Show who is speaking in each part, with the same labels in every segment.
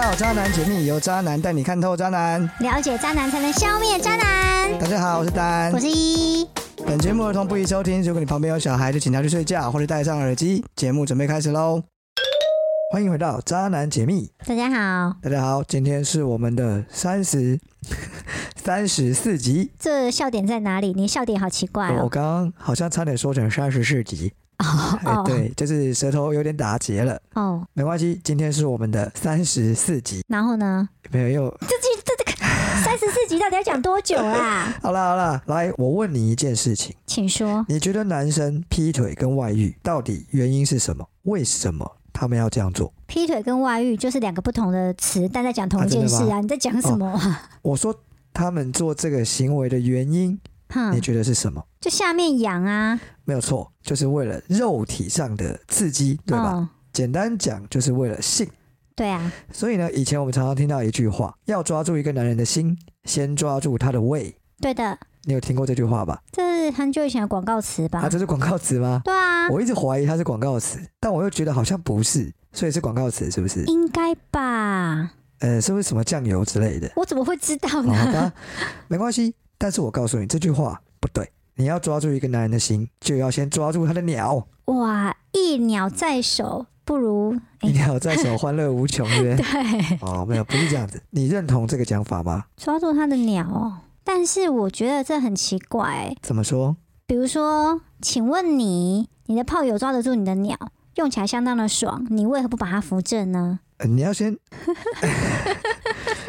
Speaker 1: 好，渣男解密由渣男带你看透渣男。
Speaker 2: 了解渣男才能消灭渣男。
Speaker 1: 大家好，我是丹
Speaker 2: 我。是一，
Speaker 1: 本节目儿童不宜收听，如果你旁边有小孩，就请他去睡觉或者戴上耳机。节目准备开始喽！欢迎回到渣男解密，
Speaker 2: 大家好，
Speaker 1: 大家好，今天是我们的三十 三十四集。
Speaker 2: 这笑点在哪里？你笑点好奇怪
Speaker 1: 我
Speaker 2: 哦。
Speaker 1: 刚刚好像差点说成三十四集，
Speaker 2: 哦
Speaker 1: 哎、
Speaker 2: 哦
Speaker 1: 对，就是舌头有点打结了，
Speaker 2: 哦，
Speaker 1: 没关系，今天是我们的三十四集，
Speaker 2: 然后呢？
Speaker 1: 没有又
Speaker 2: 这这这这个 三十四集到底要讲多久 啦？
Speaker 1: 好啦好啦，来，我问你一件事情。
Speaker 2: 请说。
Speaker 1: 你觉得男生劈腿跟外遇到底原因是什么？为什么他们要这样做？
Speaker 2: 劈腿跟外遇就是两个不同的词，但在讲同一件
Speaker 1: 啊
Speaker 2: 事
Speaker 1: 真的
Speaker 2: 啊。你在讲什么啊？
Speaker 1: 我说他们做这个行为的原因，你
Speaker 2: 哼，
Speaker 1: 觉得是什么？
Speaker 2: 就下面痒啊，
Speaker 1: 没有错，就是为了肉体上的刺激，对吧？
Speaker 2: 哦，
Speaker 1: 简单讲，就是为了性。
Speaker 2: 对啊，
Speaker 1: 所以呢，以前我们常常听到一句话：要抓住一个男人的心，先抓住他的胃。
Speaker 2: 对的，
Speaker 1: 你有听过这句话吧？
Speaker 2: 这是很久以前的广告词吧
Speaker 1: 啊，？这是广告词吗？
Speaker 2: 对啊，
Speaker 1: 我一直怀疑它是广告词，但我又觉得好像不是，所以是广告词，是不是？
Speaker 2: 应该吧？
Speaker 1: 呃，是不是什么酱油之类的？
Speaker 2: 我怎么会知道
Speaker 1: 哦好
Speaker 2: 呢？
Speaker 1: 吧，没关系。但是我告诉你，这句话不对。你要抓住一个男人的心，就要先抓住他的鸟。
Speaker 2: 哇，一鸟在手，不如 哎
Speaker 1: 一鸟在手，欢乐无穷，对不对？
Speaker 2: 对，
Speaker 1: 哦，没有，不是这样子。你认同这个讲法吗？
Speaker 2: 抓住他的鸟哦。但是我觉得这很奇怪，欸
Speaker 1: 怎么说？
Speaker 2: 比如说，请问你，你的炮友抓得住你的鸟，用起来相当的爽，你为何不把它扶正呢？
Speaker 1: 呃你要先，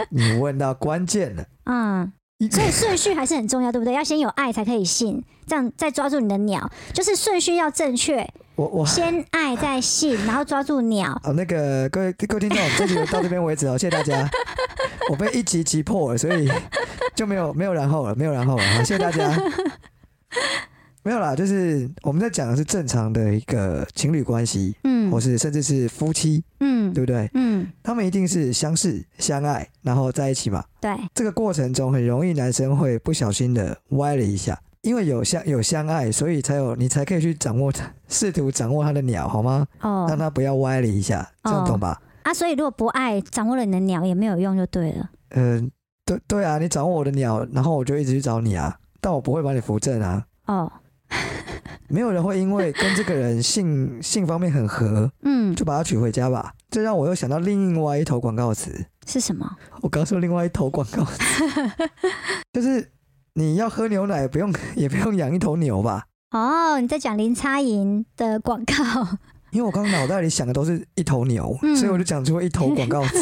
Speaker 1: 你问到关键了。
Speaker 2: 嗯，
Speaker 1: 一
Speaker 2: 所以顺序还是很重要，对不对？要先有爱才可以信，这样再抓住你的鸟，就是顺序要正确，
Speaker 1: 我我
Speaker 2: 先爱再信，然后抓住鸟。
Speaker 1: 好，哦那个各位各位听众，我们这集就到这边为止哦，谢谢大家。我被一集击破了，所以就没有没有然后了，没有然后了，好，谢谢大家。没有啦，就是我们在讲的是正常的一个情侣关系，
Speaker 2: 嗯
Speaker 1: 或是甚至是夫妻，
Speaker 2: 嗯
Speaker 1: 对不对？
Speaker 2: 嗯，
Speaker 1: 他们一定是相识、相爱，然后在一起嘛。
Speaker 2: 对，
Speaker 1: 这个过程中，很容易男生会不小心的歪了一下，因为有相有相爱，所以才有你才可以去掌握他，试图掌握他的鸟，好吗？让
Speaker 2: 哦
Speaker 1: 他不要歪了一下，这样
Speaker 2: 哦
Speaker 1: 懂吧？
Speaker 2: 啊，所以如果不爱，掌握了你的鸟也没有用，就对了。
Speaker 1: 嗯，对对啊，你掌握我的鸟，然后我就一直去找你啊，但我不会把你扶正啊。
Speaker 2: 哦，
Speaker 1: 没有人会因为跟这个人性 性方面很合，
Speaker 2: 嗯，
Speaker 1: 就把他娶回家吧。这让我又想到另外一头广告词，
Speaker 2: 是什么？
Speaker 1: 我刚说另外一头广告词，就是你要喝牛奶，不用 也不用养一头牛吧？
Speaker 2: 哦，你在讲零差银的广告，
Speaker 1: 因为我刚脑袋里想的都是一头牛，
Speaker 2: 嗯
Speaker 1: 所以我就讲出一头广 告词，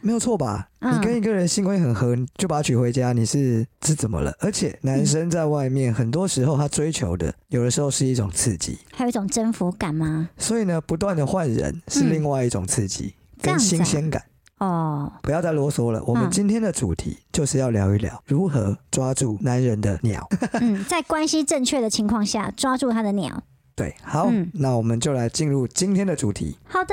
Speaker 1: 没有错吧？
Speaker 2: 嗯
Speaker 1: 你跟一个人性关系很合，你就把他娶回家，你是是怎么了？而且男生在外面，很多时候他追求的，有的时候是一种刺激，
Speaker 2: 还有一种征服感吗？
Speaker 1: 所以呢，不断的换人是
Speaker 2: 嗯
Speaker 1: 另外一种刺激、
Speaker 2: 这
Speaker 1: 跟
Speaker 2: 样子啊
Speaker 1: 新鲜感。
Speaker 2: 哦，
Speaker 1: 不要再啰嗦了，我们
Speaker 2: 嗯
Speaker 1: 今天的主题就是要聊一聊如何抓住男人的鸟。
Speaker 2: 嗯，在关系正确的情况下，抓住他的鸟。
Speaker 1: 对，好，
Speaker 2: 嗯
Speaker 1: 那我们就来进入今天的主题。
Speaker 2: 好的，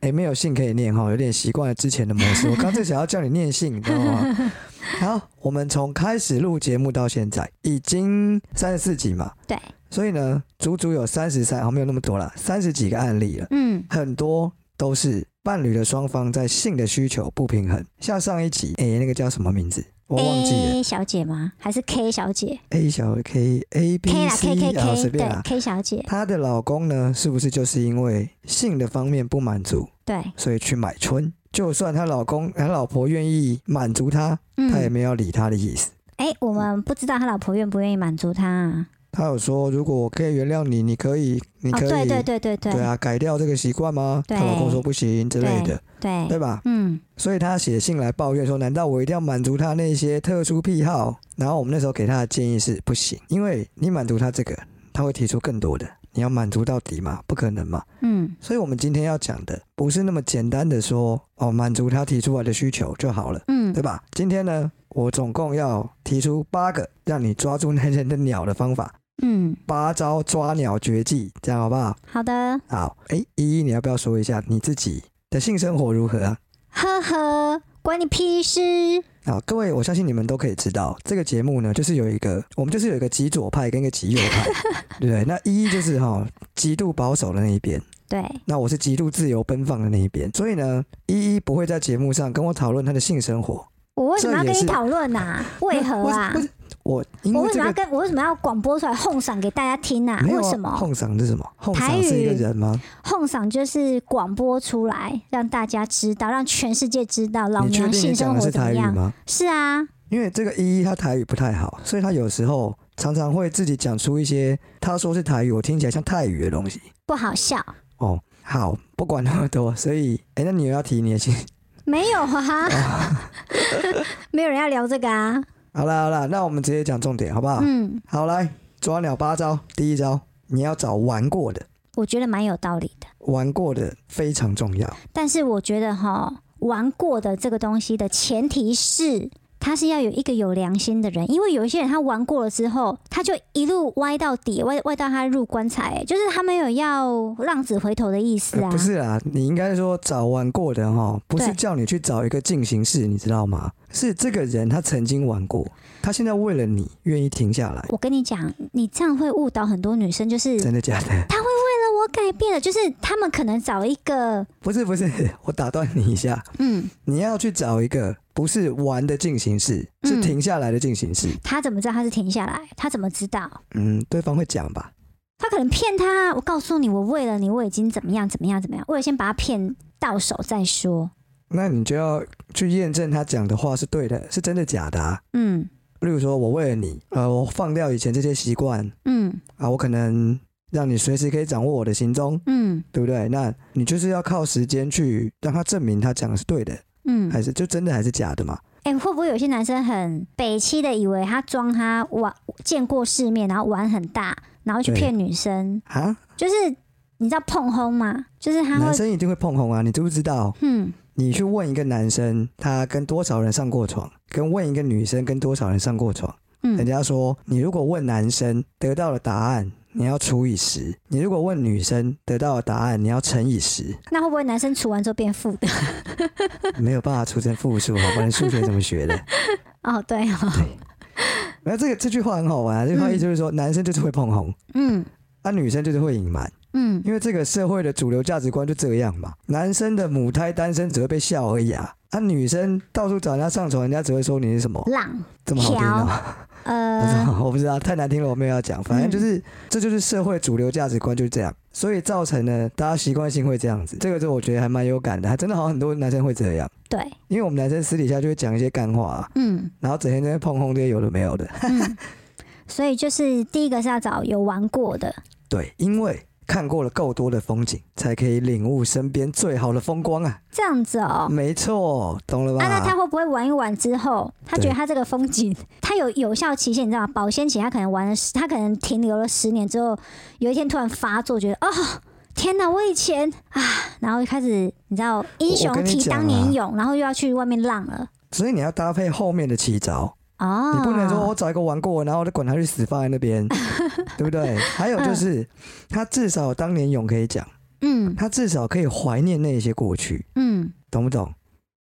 Speaker 1: 哎、没有信可以念哈，有点习惯了之前的模式。我刚才想要叫你念信，你知道 吗？好，我们从开始录节目到现在已经三十四集嘛，
Speaker 2: 对，
Speaker 1: 所以呢，足足有三十三，哦，没有那么多啦，三十几个案例了，
Speaker 2: 嗯
Speaker 1: 很多都是伴侣的双方在性的需求不平衡。像上一集，哎、那个叫什么名字？我忘记了
Speaker 2: ，A 小姐吗？还是 K 小姐
Speaker 1: ，A 小 K A B
Speaker 2: ？K 啦
Speaker 1: C
Speaker 2: ，K K
Speaker 1: 啊，
Speaker 2: K，
Speaker 1: 随便
Speaker 2: 对
Speaker 1: 啦。
Speaker 2: ，K 小姐，
Speaker 1: 她的老公呢，是不是就是因为性的方面不满足，
Speaker 2: 对，
Speaker 1: 所以去买春。就算她老公、她老婆愿意满足她，她也
Speaker 2: 嗯，
Speaker 1: 没有理她的意思。
Speaker 2: 哎，我们不知道他老婆愿不愿意满足他啊。
Speaker 1: 她有说，如果我可以原谅你，你可以，你
Speaker 2: 哦，
Speaker 1: 可以，
Speaker 2: 对对对对对，
Speaker 1: 对啊，改掉这个习惯吗？她
Speaker 2: 对
Speaker 1: 老公说不行之类的，
Speaker 2: 对
Speaker 1: 对吧？
Speaker 2: 嗯，
Speaker 1: 所以她写信来抱怨说，难道我一定要满足她那些特殊癖好？然后我们那时候给她的建议是不行，因为你满足她这个，她会提出更多的。你要满足到底嘛？不可能嘛！
Speaker 2: 嗯
Speaker 1: 所以，我们今天要讲的不是那么简单的说哦，满足她提出来的需求就好了。
Speaker 2: 嗯
Speaker 1: 对吧？今天呢，我总共要提出八个让你抓住男人的鸟的方法，
Speaker 2: 嗯，
Speaker 1: 八招抓鸟绝技，这样好不好？
Speaker 2: 好的，
Speaker 1: 好，哎，依依，你要不要说一下你自己的性生活如何啊？
Speaker 2: 呵呵，关你屁事。
Speaker 1: 好，各位，我相信你们都可以知道，这个节目呢，就是有一个，我们 就是有一个极左派跟一个极右派，对不对？那依依就是哈、极度保守的那一边，
Speaker 2: 对，
Speaker 1: 那我是极度自由奔放的那一边，所以呢，依依不会在节目上跟我讨论她的性生活。
Speaker 2: 我为什么要
Speaker 1: 这也
Speaker 2: 跟
Speaker 1: 是
Speaker 2: 你讨论呐？为何啊
Speaker 1: 为？什？为什我因
Speaker 2: 我
Speaker 1: 为
Speaker 2: 为什
Speaker 1: 这
Speaker 2: 么要
Speaker 1: 个
Speaker 2: 跟我为什么要广播出来哄嗓给大家听啊？
Speaker 1: 没有
Speaker 2: 为
Speaker 1: 啊
Speaker 2: 什么
Speaker 1: 哄嗓是什么？哄
Speaker 2: 台
Speaker 1: 嗓是一个
Speaker 2: 语
Speaker 1: 人吗？
Speaker 2: 哄嗓就是广播出来让大家知道，让全世界知道老
Speaker 1: 你确
Speaker 2: 娘
Speaker 1: 定
Speaker 2: 性
Speaker 1: 你讲
Speaker 2: 生
Speaker 1: 的
Speaker 2: 活
Speaker 1: 是
Speaker 2: 怎
Speaker 1: 台
Speaker 2: 么
Speaker 1: 语
Speaker 2: 样？
Speaker 1: 吗？
Speaker 2: 是啊，
Speaker 1: 因为这个依依她台语不太好，所以她有时候常常会自己讲出一些她说是台语，我听起来像泰语的东西。
Speaker 2: 不好笑。
Speaker 1: 哦，好，不管那么多，所以哎、那你有要提你的性？
Speaker 2: 没有啊， 没有人要聊这个啊。
Speaker 1: 好啦好啦，那我们直接讲重点好不好？
Speaker 2: 嗯，
Speaker 1: 好来，抓鸟八招，第一招你要找玩过的，
Speaker 2: 我觉得蛮有道理的，
Speaker 1: 玩过的非常重要。
Speaker 2: 但是我觉得哈，玩过的这个东西的前提是。他是要有一个有良心的人，因为有一些人他玩过了之后，他就一路歪到底，歪歪到他入棺材，就是他没有要浪子回头的意思
Speaker 1: 呃
Speaker 2: 啊。
Speaker 1: 不是啦，你应该说找玩过的哈，不是
Speaker 2: 对
Speaker 1: 叫你去找一个进行式，你知道吗？是这个人他曾经玩过，他现在为了你愿意停下来，
Speaker 2: 我跟你讲，你这样会误导很多女生，就是
Speaker 1: 真的假的？
Speaker 2: 我改变了，就是他们可能找一个，
Speaker 1: 不是不是， 我打断你一下，
Speaker 2: 嗯，
Speaker 1: 你要去找一个不是玩的进行式，是
Speaker 2: 嗯
Speaker 1: 停下来的进行式。
Speaker 2: 他怎么知道他是停下来？他怎么知道？
Speaker 1: 嗯，对方会讲吧？
Speaker 2: 他可能骗他。我告诉你，我为了你，我已经怎么样怎么样怎么样，我有先把他骗到手再说。
Speaker 1: 那你就要去验证他讲的话是对的，是真的假的、啊。
Speaker 2: 嗯
Speaker 1: 例如说，我为了你，呃，我放掉以前这些习惯
Speaker 2: 嗯
Speaker 1: 啊，我可能让你随时可以掌握我的行踪，
Speaker 2: 嗯
Speaker 1: 对不对？那你就是要靠时间去让他证明他讲的是对的，
Speaker 2: 嗯，哎、
Speaker 1: 还是就真的还是假的嘛？
Speaker 2: 会不会有些男生很北欺的，以为他装他玩见过世面，然后玩很大，然后去
Speaker 1: 对
Speaker 2: 骗女生？
Speaker 1: 啊，
Speaker 2: 就是你知道碰轰吗？就是他
Speaker 1: 男
Speaker 2: 会，
Speaker 1: 生一定会碰红啊！你知不知道？
Speaker 2: 嗯，
Speaker 1: 你去问一个男生他跟多少人上过床，跟问一个女生跟多少人上过床，
Speaker 2: 嗯
Speaker 1: 人家说你如果问男生得到的答案，你要除以十；你如果问女生得到的答案，你要乘以十。
Speaker 2: 那会不会男生除完之后变负 的？
Speaker 1: 没有办法除成负数，好不然数学怎么学的？
Speaker 2: 哦，对哦，
Speaker 1: 然后这个这句话很好玩啊，这句话意思就是说，男生就是会碰红，
Speaker 2: 嗯
Speaker 1: 那、女生就是会隐瞒，
Speaker 2: 嗯，
Speaker 1: 因为这个社会的主流价值观就这样嘛。男生的母胎单身只会被笑而已啊，啊，女生到处找人家上床，人家只会说你是什么
Speaker 2: 浪，
Speaker 1: 这么好听啊、
Speaker 2: 呃，
Speaker 1: 我不知道，太难听了，我没有要讲。
Speaker 2: 嗯
Speaker 1: 反正就是，这就是社会主流价值观就是这样，所以造成了大家习惯性会这样子。这个就我觉得还蛮有感的，还真的好像很多男生会这样，
Speaker 2: 对，
Speaker 1: 因为我们男生私底下就会讲一些干话、啊，
Speaker 2: 嗯
Speaker 1: 然后整天在那边碰碰这些有的没有的。
Speaker 2: 嗯，所以就是第一个是要找有玩过的，
Speaker 1: 对，因为看过了够多的风景，才可以领悟身边最好的风光啊！
Speaker 2: 这样子哦。
Speaker 1: 没错，懂了吧？
Speaker 2: 啊，那他会不会玩一玩之后，他
Speaker 1: 对
Speaker 2: 觉得他这个风景，他有有效期限，你知道吗？保鲜期，他可能玩了十，他可能停留了十年之后，有一天突然发作，觉得哦，天哪，我以前啊，然后就开始你知道英雄
Speaker 1: 我跟你
Speaker 2: 提
Speaker 1: 讲啊
Speaker 2: 当年勇，然后又要去外面浪了。
Speaker 1: 所以你要搭配后面的奇招，
Speaker 2: 哦，
Speaker 1: 你不能说我找一个玩过，然后我就管他去死放在那 边，对不对？还有就是，他至少当年勇可以讲，
Speaker 2: 嗯
Speaker 1: 他至少可以怀念那些过去，
Speaker 2: 嗯
Speaker 1: 懂不懂？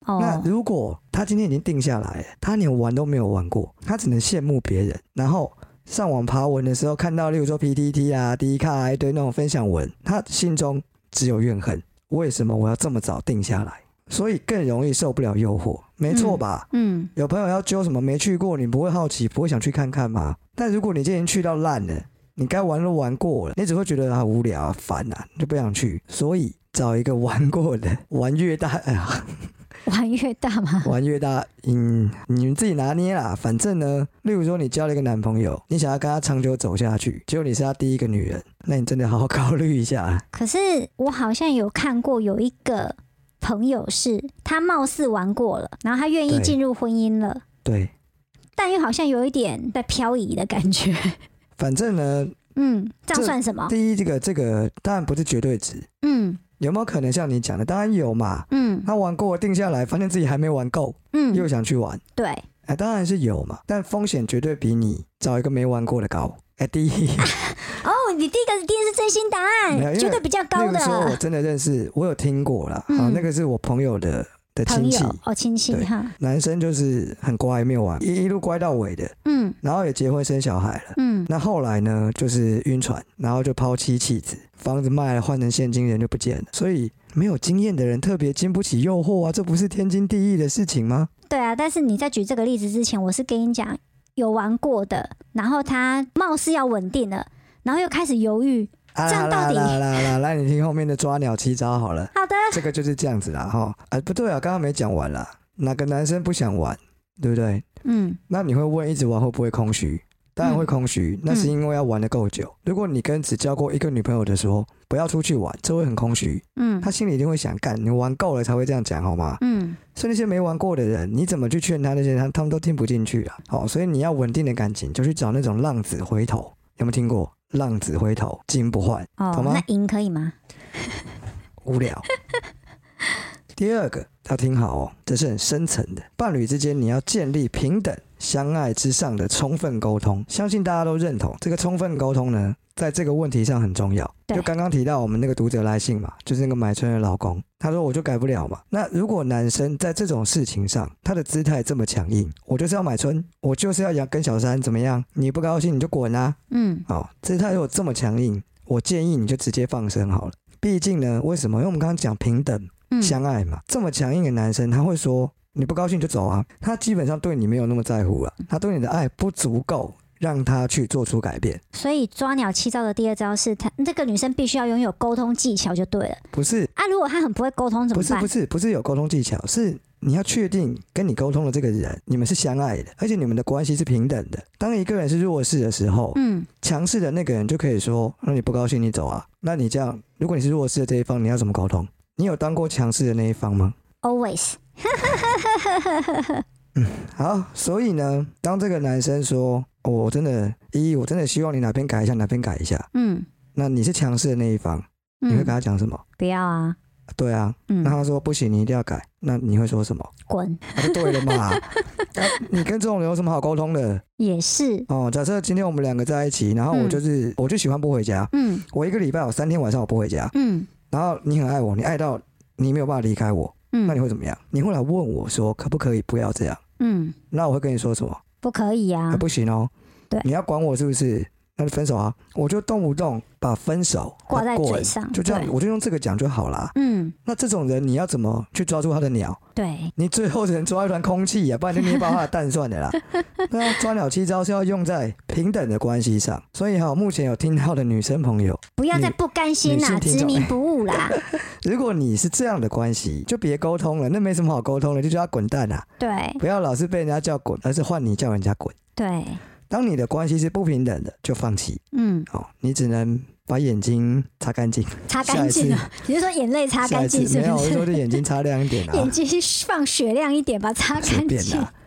Speaker 1: 那
Speaker 2: 哦，
Speaker 1: 如果他今天已经定下来了，他连玩都没有玩过，他只能羡慕别人，然后上网爬文的时候看到，例如说 PTT 啊、D 卡啊一堆那种分享文，他心中只有怨恨，为什么我要这么早定下来？所以更容易受不了诱惑，没错吧？
Speaker 2: 嗯
Speaker 1: 有朋友要揪什么没去过，你不会好奇，不会想去看看吗？但如果你今天去到烂了，你该玩都玩过了，你只会觉得啊无聊啊、烦啊，你就不想去。所以找一个玩过的， 玩越大，哎呀，
Speaker 2: 玩越大嘛，
Speaker 1: 玩越大，嗯，你们自己拿捏啦。反正呢，例如说你交了一个男朋友，你想要跟他长久走下去，结果你是他第一个女人，那你真的好好考虑一下。
Speaker 2: 可是我好像有看过有一个朋友是，他貌似玩过了，然后他愿意
Speaker 1: 对
Speaker 2: 进入婚姻了，
Speaker 1: 对，
Speaker 2: 但又好像有一点在漂移的感觉。
Speaker 1: 反正呢，
Speaker 2: 嗯，这样
Speaker 1: 这
Speaker 2: 算什么？
Speaker 1: 第一这个这个当然不是绝对值，
Speaker 2: 嗯
Speaker 1: 有没有可能像你讲的？当然有嘛。
Speaker 2: 嗯
Speaker 1: 他玩过定下来，发现自己还没玩够，又
Speaker 2: 嗯，
Speaker 1: 想去玩，
Speaker 2: 对，
Speaker 1: 哎、当然是有嘛。但风险绝对比你找一个没玩过的高。哎、第一，
Speaker 2: 哦，你第一个一定是真心答
Speaker 1: 没有因
Speaker 2: 案，
Speaker 1: 为
Speaker 2: 绝对比较高
Speaker 1: 那个时候我
Speaker 2: 的。
Speaker 1: 真的认识，我有听过啦。好、
Speaker 2: 嗯
Speaker 1: 那个是我朋友的的亲
Speaker 2: 朋
Speaker 1: 戚，
Speaker 2: 友哦，亲戚
Speaker 1: 对
Speaker 2: 哈，
Speaker 1: 男生就是很乖，没有玩，一一路乖到尾的，
Speaker 2: 嗯
Speaker 1: 然后也结婚生小孩了。
Speaker 2: 嗯，
Speaker 1: 那后来呢，就是晕船，然后就抛妻弃子，房子卖了换成现金，人就不见了。所以没有经验的人特别经不起诱惑啊，这不是天经地义的事情吗？
Speaker 2: 对啊。但是你在举这个例子之前，我是跟你讲有玩过的，然后他貌似要稳定了，然后又开始犹豫。
Speaker 1: 啊
Speaker 2: 这
Speaker 1: 啦
Speaker 2: 样
Speaker 1: 啦
Speaker 2: 到底
Speaker 1: 啦啦啦，来你听后面的抓鸟七招好了，
Speaker 2: 好的，
Speaker 1: 这个就是这样子啦哈。啊，不对啊，刚刚没讲完啦，哪个男生不想玩，对不对？
Speaker 2: 嗯
Speaker 1: 那你会问一直玩会不会空虚？当然会空虚，那是
Speaker 2: 嗯
Speaker 1: 因为要玩的够久。如果你跟只交过一个女朋友的说不要出去玩，这会很空虚，
Speaker 2: 嗯
Speaker 1: 他心里一定会想干，你玩够了才会这样讲好吗？
Speaker 2: 嗯
Speaker 1: 所以那些没玩过的人，你怎么去劝他那些他他们都听不进去啊。好、所以你要稳定的感情，就去找那种浪子回头，有没有听过？浪子回头金不换，
Speaker 2: 哦
Speaker 1: 懂，吗
Speaker 2: 那赢可以吗？
Speaker 1: 无聊。 第二个要听好哦，这是很深层的。伴侣之间你要建立平等、相爱之上的充分沟通，相信大家都认同这个充分沟通呢，在这个问题上很重要。
Speaker 2: 对
Speaker 1: 就刚刚提到我们那个读者来信嘛，就是那个买春的老公，他说我就改不了嘛。那如果男生在这种事情上，他的姿态这么强硬，我就是要买春，我就是要养跟小三怎么样？你不高兴你就滚啊！
Speaker 2: 嗯
Speaker 1: 哦，姿态如果这么强硬，我建议你就直接放生好了。毕竟呢，为什么？因为我们刚刚讲平等、
Speaker 2: 嗯，
Speaker 1: 相爱嘛。这么强硬的男生，他会说你不高兴就走啊。他基本上对你没有那么在乎了，啊他对你的爱不足够让他去做出改变。
Speaker 2: 所以抓鸟七招的第二招是他这个女生必须要拥有沟通技巧就对了
Speaker 1: 不是，
Speaker 2: 啊。如果她很不会沟通怎
Speaker 1: 不
Speaker 2: 么
Speaker 1: 是，
Speaker 2: 办
Speaker 1: 不？是，不是有沟通技巧，是你要确定跟你沟通的这个人，你们是相爱的，而且你们的关系是平等的。当一个人是弱势的时候，
Speaker 2: 嗯
Speaker 1: 强势的那个人就可以说：“那你不高兴，你走啊。”那你这样，如果你是弱势的这一方，你要怎么沟通？你有当过强势的那一方吗？
Speaker 2: ，always，
Speaker 1: 好，所以呢，当这个男生说：“哦我真的，依依，我真的希望你哪边改一下，哪边改一下。
Speaker 2: 嗯”
Speaker 1: 那你是强势的那一方，你会跟
Speaker 2: 嗯，
Speaker 1: 他讲什么？
Speaker 2: 不要啊，
Speaker 1: 对啊，那
Speaker 2: 嗯，
Speaker 1: 他说不行，你一定要改，那你会说什么？
Speaker 2: 滚
Speaker 1: 啊、就对了 嘛，啊你跟这种人有什么好沟通的？
Speaker 2: 也是，
Speaker 1: 哦，假设今天我们两个在一起，然后我
Speaker 2: 嗯
Speaker 1: 就是、我就喜欢不回家，
Speaker 2: 嗯
Speaker 1: 我一个礼拜有三天晚上我不回家，
Speaker 2: 嗯
Speaker 1: 然后你很爱我，你爱到你没有办法离开我，那你
Speaker 2: 嗯
Speaker 1: 会怎么样？你会来问我说可不可以不要这样？
Speaker 2: 嗯，
Speaker 1: 那我会跟你说什么？
Speaker 2: 不可以
Speaker 1: 啊
Speaker 2: 啊，
Speaker 1: 不行哦，
Speaker 2: 对
Speaker 1: 你要管我是不是？那就分手啊！我就动不动把分手
Speaker 2: 挂在
Speaker 1: 过
Speaker 2: 嘴
Speaker 1: 瘾
Speaker 2: 上
Speaker 1: 就这样，
Speaker 2: 对
Speaker 1: 我就用这个讲就好啦。
Speaker 2: 嗯，
Speaker 1: 那这种人你要怎么去抓住他的鸟？
Speaker 2: 对，
Speaker 1: 你最后只能抓一团空气啊呀、不然就捏爆他的蛋算 了啦。那抓鸟七招是要用在平等的关系上，所以哈，目前有听到的女生朋友，
Speaker 2: 不要
Speaker 1: 女
Speaker 2: 再不甘心
Speaker 1: 女
Speaker 2: 啦，
Speaker 1: 性听
Speaker 2: 执
Speaker 1: 众
Speaker 2: 迷不悟啦，
Speaker 1: 如果你是这样的关系，就别沟通了，那没什么好沟通的，就叫他滚蛋啊！
Speaker 2: 对
Speaker 1: 不要老是被人家叫滚，而是换你叫人家滚。
Speaker 2: 对，
Speaker 1: 当你的关系是不平等的，就放弃
Speaker 2: 嗯，
Speaker 1: 哦，你只能把眼睛擦干净，
Speaker 2: 擦
Speaker 1: 下
Speaker 2: 干
Speaker 1: 一次
Speaker 2: 净啊，你是说眼泪擦
Speaker 1: 下
Speaker 2: 干
Speaker 1: 一次
Speaker 2: 净是
Speaker 1: 没有，
Speaker 2: 不
Speaker 1: 我说
Speaker 2: 是？
Speaker 1: 的眼睛擦亮一点啊
Speaker 2: 眼，睛放雪亮一点吧，擦
Speaker 1: 随
Speaker 2: 干
Speaker 1: 便
Speaker 2: 净
Speaker 1: 啦、。哦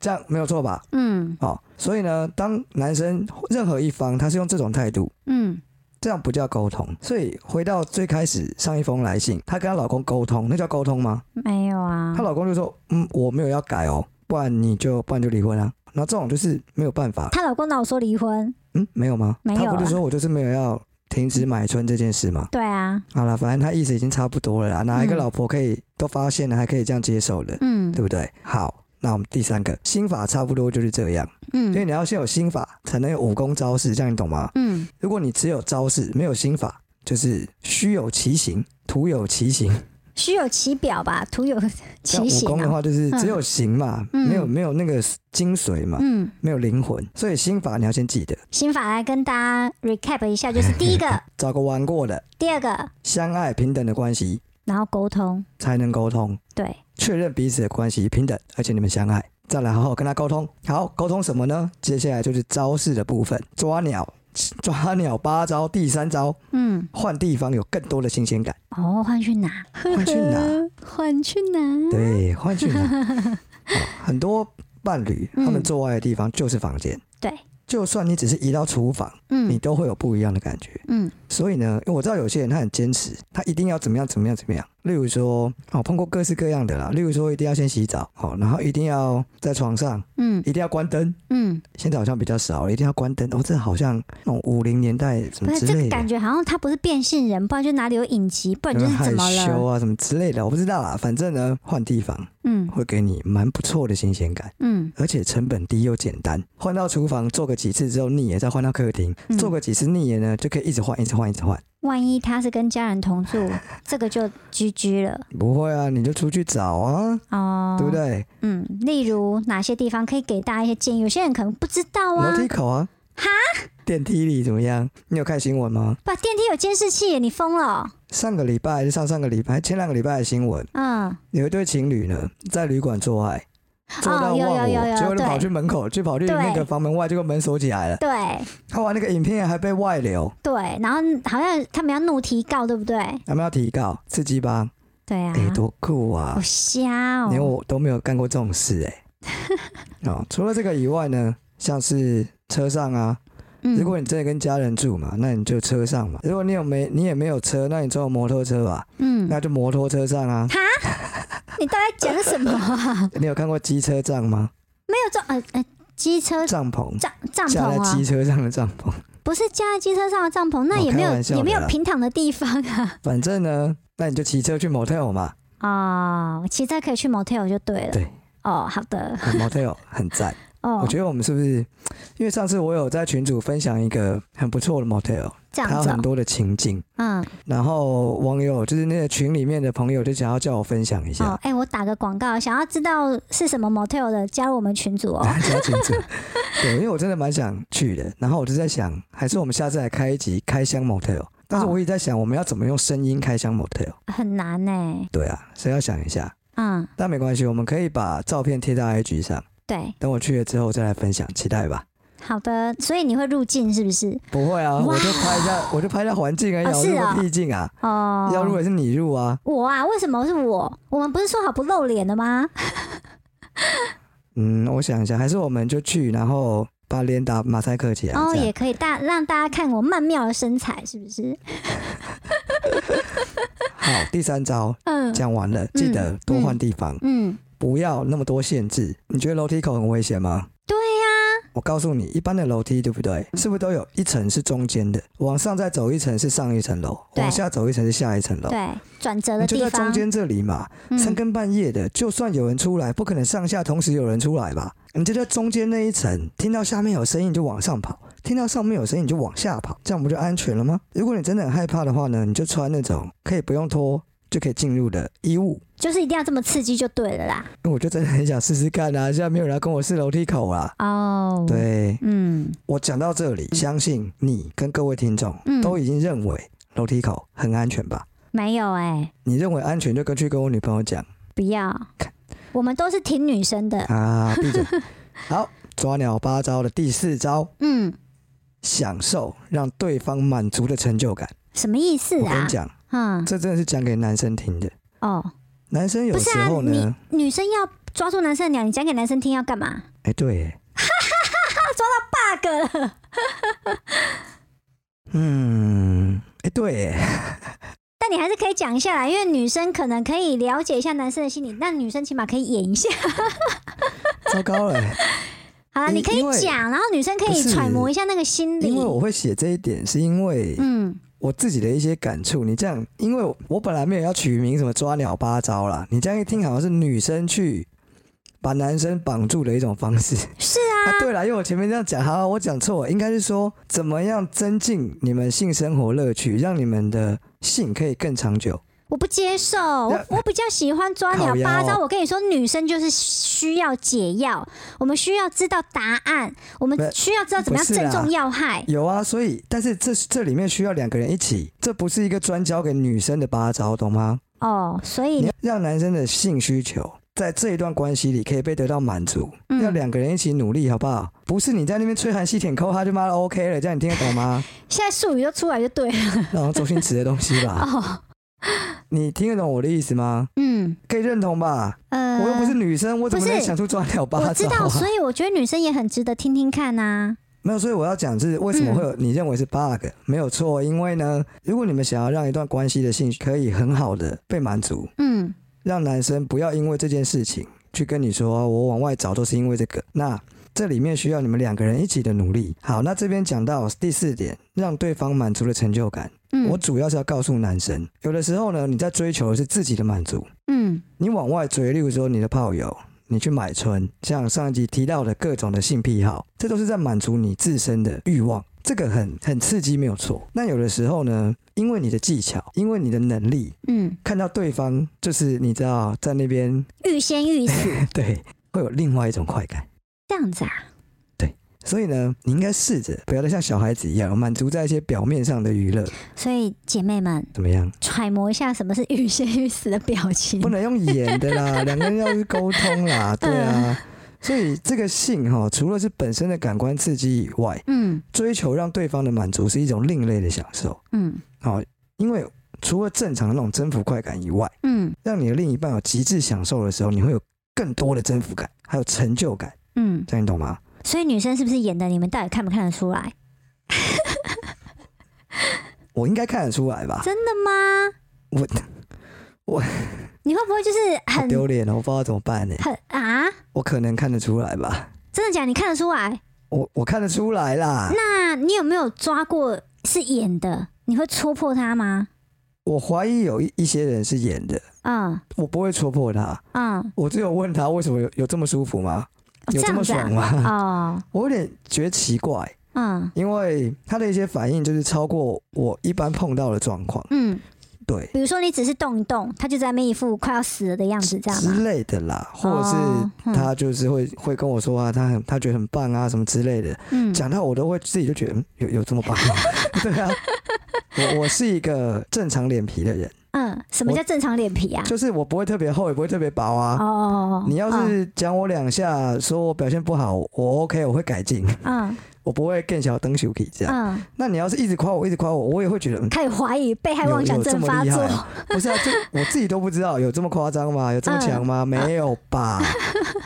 Speaker 1: 这样没有错吧？
Speaker 2: 嗯
Speaker 1: 哦，所以呢，当男生任何一方他是用这种态度，
Speaker 2: 嗯
Speaker 1: 这样不叫沟通。所以回到最开始上一封来信，她跟她老公沟通，那叫沟通吗？
Speaker 2: 没有啊
Speaker 1: 她，老公就说：“嗯，我没有要改哦，不然你就不然就离婚啊。”那这种就是没有办法，
Speaker 2: 她老公老说离婚，
Speaker 1: 嗯，没有吗？
Speaker 2: 没有啊
Speaker 1: 她不是说我就是没有要停止买春这件事吗？
Speaker 2: 对啊，
Speaker 1: 好了，反正她意思已经差不多了啦。哪一个
Speaker 2: 嗯
Speaker 1: 老婆可以都发现了，还可以这样接受的，
Speaker 2: 嗯
Speaker 1: 对不对？好，那我们第三个心法差不多就是这样，所以
Speaker 2: 嗯
Speaker 1: 你要先有心法，才能有武功招式，这样你懂吗？
Speaker 2: 嗯，
Speaker 1: 如果你只有招式没有心法，就是虚有其形，徒有其形。
Speaker 2: 虚有其表吧，徒 有
Speaker 1: 像
Speaker 2: 其
Speaker 1: 武
Speaker 2: 形
Speaker 1: 功的
Speaker 2: 啊，
Speaker 1: 话，就是
Speaker 2: 嗯
Speaker 1: 只有形嘛，
Speaker 2: 嗯
Speaker 1: 没有没有那个精髓嘛，
Speaker 2: 嗯。
Speaker 1: 没有灵魂。所以心法你要先记得，
Speaker 2: 心法来跟大家 recap 一 下，就是第一个、
Speaker 1: 找个玩过的、
Speaker 2: 第二个，
Speaker 1: 相爱平等的关系
Speaker 2: 然后沟通，
Speaker 1: 才能沟通，
Speaker 2: 对，
Speaker 1: 确认彼此的关系平等，而且你们相爱。再来好好跟他沟通。好，沟通什么呢？接下来就是招式的部分，抓鸟。抓鸟八招，第三招
Speaker 2: 嗯，
Speaker 1: 换地方有更多的新鲜感，
Speaker 2: 哦，换去哪？
Speaker 1: 换去哪？
Speaker 2: 换去哪？
Speaker 1: 对，换去哪？哦很多伴侣他们
Speaker 2: 嗯
Speaker 1: 做爱的地方就是房间。
Speaker 2: 对，
Speaker 1: 就算你只是移到厨房，你
Speaker 2: 嗯
Speaker 1: 都会有不一样的感觉。
Speaker 2: 嗯
Speaker 1: 所以呢，因为我知道有些人他很坚持，他一定要怎么样怎么样怎么样。例如说，哦，碰过各式各样的啦。例如说，一定要先洗澡，哦，然后一定要在床上，
Speaker 2: 嗯
Speaker 1: 一定要关灯。
Speaker 2: 嗯，
Speaker 1: 现在好像比较少了，一定要关灯。哦，这好像那种五零年代什
Speaker 2: 不
Speaker 1: 么之
Speaker 2: 是这
Speaker 1: 类
Speaker 2: 个
Speaker 1: 的
Speaker 2: 感，觉好像他不是变性人，不然就哪里有隐疾，不
Speaker 1: 有
Speaker 2: 然就
Speaker 1: 没有
Speaker 2: 是
Speaker 1: 害
Speaker 2: 怎么
Speaker 1: 羞
Speaker 2: 了？
Speaker 1: 啊什么之类的，我不知道啦。反正呢，换地方
Speaker 2: 嗯
Speaker 1: 会给你蛮不错的新鲜感。
Speaker 2: 嗯
Speaker 1: 而且成本低又简单，换到厨房做个几次之后腻了，再换到客厅、
Speaker 2: 嗯
Speaker 1: 做个几次腻了呢，就可以一直换，一直换，一直换。
Speaker 2: 万一他是跟家人同住， 这个就居居了
Speaker 1: 不会啊，你就出去找啊，
Speaker 2: 哦，
Speaker 1: 对不？对？
Speaker 2: 嗯，例如哪些地方可以给大家一些建议？有些人可能不知道啊
Speaker 1: 楼，梯口啊，
Speaker 2: 哈，
Speaker 1: 电梯里怎么样？你有看新闻吗？
Speaker 2: 把电梯有监视器耶，你疯了哦？
Speaker 1: 上个礼拜还是上上个礼拜，前两个礼拜的新闻，
Speaker 2: 嗯，
Speaker 1: 有一对情侣呢在旅馆做爱，做到
Speaker 2: 哦有有
Speaker 1: 忘
Speaker 2: 有有
Speaker 1: 我，结果就
Speaker 2: 对
Speaker 1: 跑去门口，就跑去
Speaker 2: 对
Speaker 1: 那个房门外，结果门锁起来了。
Speaker 2: 对
Speaker 1: 看完那个影片还被外流，
Speaker 2: 对，然后好像他们要怒提告，对不对？
Speaker 1: 他们要提告，刺激吧？
Speaker 2: 对啊，
Speaker 1: 哎、多酷啊！
Speaker 2: 好瞎
Speaker 1: 连
Speaker 2: 哦，
Speaker 1: 我都没有干过这种事 哎、哦，除了这个以外呢，像是车上啊，
Speaker 2: 嗯
Speaker 1: 如果你真的跟家人住嘛，那你就车上嘛。如果你有没你也没有车，那你总有摩托车吧？
Speaker 2: 嗯，
Speaker 1: 那就摩托车上啊。
Speaker 2: 你到底在讲 什么啊？
Speaker 1: 你有看过机车帐吗？
Speaker 2: 没有这呃呃，机车
Speaker 1: 帐篷。
Speaker 2: 帐帐
Speaker 1: 架在
Speaker 2: 篷
Speaker 1: 机
Speaker 2: 啊，
Speaker 1: 车上的帐篷，
Speaker 2: 不是架在机车上的帐篷，那
Speaker 1: 哦
Speaker 2: 也没
Speaker 1: 开
Speaker 2: 有
Speaker 1: 玩笑的
Speaker 2: 也没有
Speaker 1: 啦
Speaker 2: 平躺的地方 啊。
Speaker 1: 反正呢，那你就骑车去 motel 嘛。
Speaker 2: 哦，骑车可以去 motel 就对了。
Speaker 1: 对
Speaker 2: 哦，好的。
Speaker 1: 很 motel 很赞，
Speaker 2: 哦
Speaker 1: 我，觉得我们是不是？因为上次我有在群组分享一个很不错的 motel，
Speaker 2: 这
Speaker 1: 它有
Speaker 2: 样子
Speaker 1: 很
Speaker 2: 哦，
Speaker 1: 多的情境，
Speaker 2: 嗯，
Speaker 1: 然后网友就是那个群里面的朋友就想要叫我分享一下，
Speaker 2: 哦，哎、我打个广告，想要知道是什么 motel 的，加入我们群组 哦。
Speaker 1: 加群组。对，因为我真的蛮想去的，然后我就在想，还是我们下次来开一集开箱 motel。但是
Speaker 2: 哦
Speaker 1: 我一直在想，我们要怎么用声音开箱 motel？
Speaker 2: 很难呢、
Speaker 1: 对啊，所以要想一下。
Speaker 2: 嗯，
Speaker 1: 但没关系，我们可以把照片贴到 IG 上，
Speaker 2: 对，
Speaker 1: 等我去了之后再来分享，期待吧。
Speaker 2: 好的，所以你会入境是不是？
Speaker 1: 不会啊，
Speaker 2: 哇
Speaker 1: 我就拍一下，我就拍一下环境而已啊，
Speaker 2: 哦
Speaker 1: 我
Speaker 2: 是
Speaker 1: 入
Speaker 2: 啊
Speaker 1: 个屁境啊！
Speaker 2: 哦，
Speaker 1: 要入也是你入啊，
Speaker 2: 我啊，为什么是我？我们不是说好不露脸的吗？
Speaker 1: 嗯，我想一下，还是我们就去，然后把脸打马赛克起来，
Speaker 2: 哦，
Speaker 1: 这样
Speaker 2: 也可以大让大家看我曼妙的身材，是不是？
Speaker 1: 好，第三招
Speaker 2: 嗯
Speaker 1: 讲完了，记得多换地方，
Speaker 2: 嗯，
Speaker 1: 不要那么多限制。你觉得楼梯口很危险吗？
Speaker 2: 对呀、
Speaker 1: 我告诉你，一般的楼梯对不对？是不是都有一层是中间的，往上再走一层是上一层楼，
Speaker 2: 对
Speaker 1: 往下走一层是下一层楼？
Speaker 2: 对，转折
Speaker 1: 哦你
Speaker 2: 的
Speaker 1: 就
Speaker 2: 地
Speaker 1: 在中
Speaker 2: 方，嗯
Speaker 1: 间这里嘛，三更半夜的，就算有人出来，不可能上下同时有人出来吧？你就在中间那一层，听到下面有声音你就往上跑，听到上面有声音你就往下跑，这样不就安全了吗？如果你真的很害怕的话呢，你就穿那种可以不用脱就可以进入的衣物。
Speaker 2: 就是一定要这么刺激就对了啦。
Speaker 1: 因为我就真的很想试试看啊，现在没有人要跟我试楼梯口啊。
Speaker 2: 哦，，
Speaker 1: 对
Speaker 2: 嗯，
Speaker 1: 我讲到这里，相信你跟各位听众
Speaker 2: 嗯
Speaker 1: 都已经认为楼梯口很安全吧？
Speaker 2: 没有哎、
Speaker 1: 你认为安全就跟去跟我女朋友讲
Speaker 2: 不要，我们都是挺女生的。
Speaker 1: 啊，闭嘴。 好，抓鸟八招的第四招，
Speaker 2: 嗯，
Speaker 1: 享受让对方满足的成就感。
Speaker 2: 什么意思
Speaker 1: 我跟
Speaker 2: 啊
Speaker 1: 你？讲，
Speaker 2: 嗯，
Speaker 1: 这真的是讲给男生听的。
Speaker 2: 哦，
Speaker 1: 男生有
Speaker 2: 不是
Speaker 1: 时
Speaker 2: 啊，
Speaker 1: 候
Speaker 2: 你
Speaker 1: 呢，
Speaker 2: 女生要抓住男生的鸟，你讲给男生听要干嘛
Speaker 1: 哎、对耶，
Speaker 2: ？bug 了。
Speaker 1: 嗯，哎、对耶，
Speaker 2: 但你还是可以讲一下啦，因为女生可能可以了解一下男生的心理，那女生起码可以演一下。
Speaker 1: 糟糕了耶。
Speaker 2: 好了，
Speaker 1: 因
Speaker 2: 你可以
Speaker 1: 因为
Speaker 2: 讲，然后女生可
Speaker 1: 不
Speaker 2: 以
Speaker 1: 是
Speaker 2: 揣摩一下那个心理
Speaker 1: 因。为我会写这一点，是因为
Speaker 2: 嗯，
Speaker 1: 我自己的一些感触。你这样，因为我我本来没有要取名什么抓鸟八招啦，你这样一听好像是女生去把男生绑住的一种方式。
Speaker 2: 是啊，
Speaker 1: 啊，对了，因为我前面这样讲，好，我讲错了，应该是说怎么样增进你们性生活乐趣，让你们的性可以更长久。
Speaker 2: 我不接受，我我比较喜欢抓鸟
Speaker 1: 靠腰
Speaker 2: 八
Speaker 1: 哦
Speaker 2: 招。我跟你说，女生就是需要解药，我们需要知道答案，我们
Speaker 1: 不是
Speaker 2: 需要知道怎么样
Speaker 1: 不是
Speaker 2: 正
Speaker 1: 啦
Speaker 2: 中要害。
Speaker 1: 有啊，所以但是这这里面需要两个人一起，这不是一个专教给女生的八招，懂吗？
Speaker 2: 哦，所以
Speaker 1: 你要让男生的性需求在这一段关系里可以被得到满足，
Speaker 2: 嗯
Speaker 1: 要两个人一起努力，好不好？不是你在那边吹寒气舔抠，他就妈的 OK 了，这样你听得懂 吗？
Speaker 2: 现在术语都出来就对了。
Speaker 1: 然后周星驰的东西 吧，
Speaker 2: 哦，
Speaker 1: 你听得懂我的意思吗？
Speaker 2: 嗯，
Speaker 1: 可以认同吧？
Speaker 2: 呃，
Speaker 1: 我又不是女生，我怎么
Speaker 2: 不
Speaker 1: 能
Speaker 2: 是
Speaker 1: 想出抓鸟八
Speaker 2: 我知
Speaker 1: 爪
Speaker 2: 道，
Speaker 1: 啊？
Speaker 2: 所以我觉得女生也很值得听听看呐、啊
Speaker 1: 没有，所以我要讲是为什么会有你认为是 bug，、没有错，因为呢，如果你们想要让一段关系的兴趣可以很好的被满足，
Speaker 2: 嗯
Speaker 1: 让男生不要因为这件事情去跟你说哦我往外找都是因为这个，那这里面需要你们两个人一起的努力。好，那这边讲到第四点，让对方满足的成就感，
Speaker 2: 嗯，
Speaker 1: 我主要是要告诉男生，有的时候呢，你在追求的是自己的满足，
Speaker 2: 嗯
Speaker 1: 你往外追，例如说你的炮友，你去买春，像上一集提到的各种的性癖好，这都是在满足你自身的欲望。这个很很刺激，没有错。那有的时候呢，因为你的技巧，因为你的能力，
Speaker 2: 嗯，
Speaker 1: 看到对方就是你知道在那边，
Speaker 2: 欲仙欲死
Speaker 1: 对，会有另外一种快感。
Speaker 2: 这样子啊，
Speaker 1: 所以呢，你应该试着不要再像小孩子一样满足在一些表面上的娱乐，
Speaker 2: 所以姐妹们
Speaker 1: 怎么样？
Speaker 2: 揣摩一下什么是欲仙欲死的表情
Speaker 1: 不。能用演的啦，两个人要去沟通啦，对啊。所以这个性哈，除了是本身的感官刺激以外，
Speaker 2: 嗯
Speaker 1: 追求让对方的满足是一种另类的享受。
Speaker 2: 嗯
Speaker 1: 好，因为除了正常的那种征服快感以外，
Speaker 2: 嗯
Speaker 1: 让你的另一半有极致享受的时候，你会有更多的征服感，还有成就感，
Speaker 2: 嗯，
Speaker 1: 这样你懂吗？
Speaker 2: 所以女生是不是演的？你们到底看不看得出
Speaker 1: 啊
Speaker 2: 来？
Speaker 1: 我应该看得出来吧？
Speaker 2: 真的吗？
Speaker 1: 我
Speaker 2: 你会不会就是
Speaker 1: 好
Speaker 2: 很
Speaker 1: 丢脸哦了，我不知道怎么办呢、
Speaker 2: 很啊？
Speaker 1: 我可能看得出来吧？
Speaker 2: 真的假的？你看得出来？
Speaker 1: 我我看得出来啦，
Speaker 2: 那你有没有抓过是演的？你会戳破他吗？
Speaker 1: 我怀疑有一一些人是演的，
Speaker 2: 嗯
Speaker 1: 我不会戳破他。
Speaker 2: 嗯，
Speaker 1: 我只有问他为什么有有这么舒服吗？
Speaker 2: 哦
Speaker 1: 有
Speaker 2: 这
Speaker 1: 这
Speaker 2: 样
Speaker 1: 么
Speaker 2: 子
Speaker 1: 爽
Speaker 2: 啊？
Speaker 1: 吗？
Speaker 2: 哦，
Speaker 1: 我有点觉得奇怪，
Speaker 2: 嗯
Speaker 1: 因为他的一些反应就是超过我一般碰到的状况，
Speaker 2: 嗯，
Speaker 1: 对
Speaker 2: 比如说你只是动一动，他就在那边一副快要死了的样子，这样吗？
Speaker 1: 之类的啦，或者
Speaker 2: 哦
Speaker 1: 是
Speaker 2: 嗯
Speaker 1: 他就是会会跟我说啊，他很他觉得很棒啊，什么之类的，
Speaker 2: 嗯
Speaker 1: 讲到我都会自己就觉得嗯有有这么棒吗？ 对啊，我我是一个正常脸皮的人，
Speaker 2: 嗯，什么
Speaker 1: 我
Speaker 2: 叫正常脸皮啊？
Speaker 1: 就是我不会特别厚，也不会特别薄啊。
Speaker 2: 哦，
Speaker 1: 你要
Speaker 2: 嗯
Speaker 1: 是讲我两下，说我表现不好，我 OK，我会改进，
Speaker 2: 嗯
Speaker 1: 我不会更小灯小 K 这样。
Speaker 2: 嗯，
Speaker 1: 那你要是一直夸我，一直夸我，我也会觉得，嗯，
Speaker 2: 开始怀疑被害
Speaker 1: 有
Speaker 2: 妄想
Speaker 1: 有这
Speaker 2: 症
Speaker 1: 么
Speaker 2: 发
Speaker 1: 厉害
Speaker 2: 作。
Speaker 1: 啊、不是啊，就我 自己都不知道有这么夸张吗？有
Speaker 2: 嗯
Speaker 1: 这么强吗？没有 吧？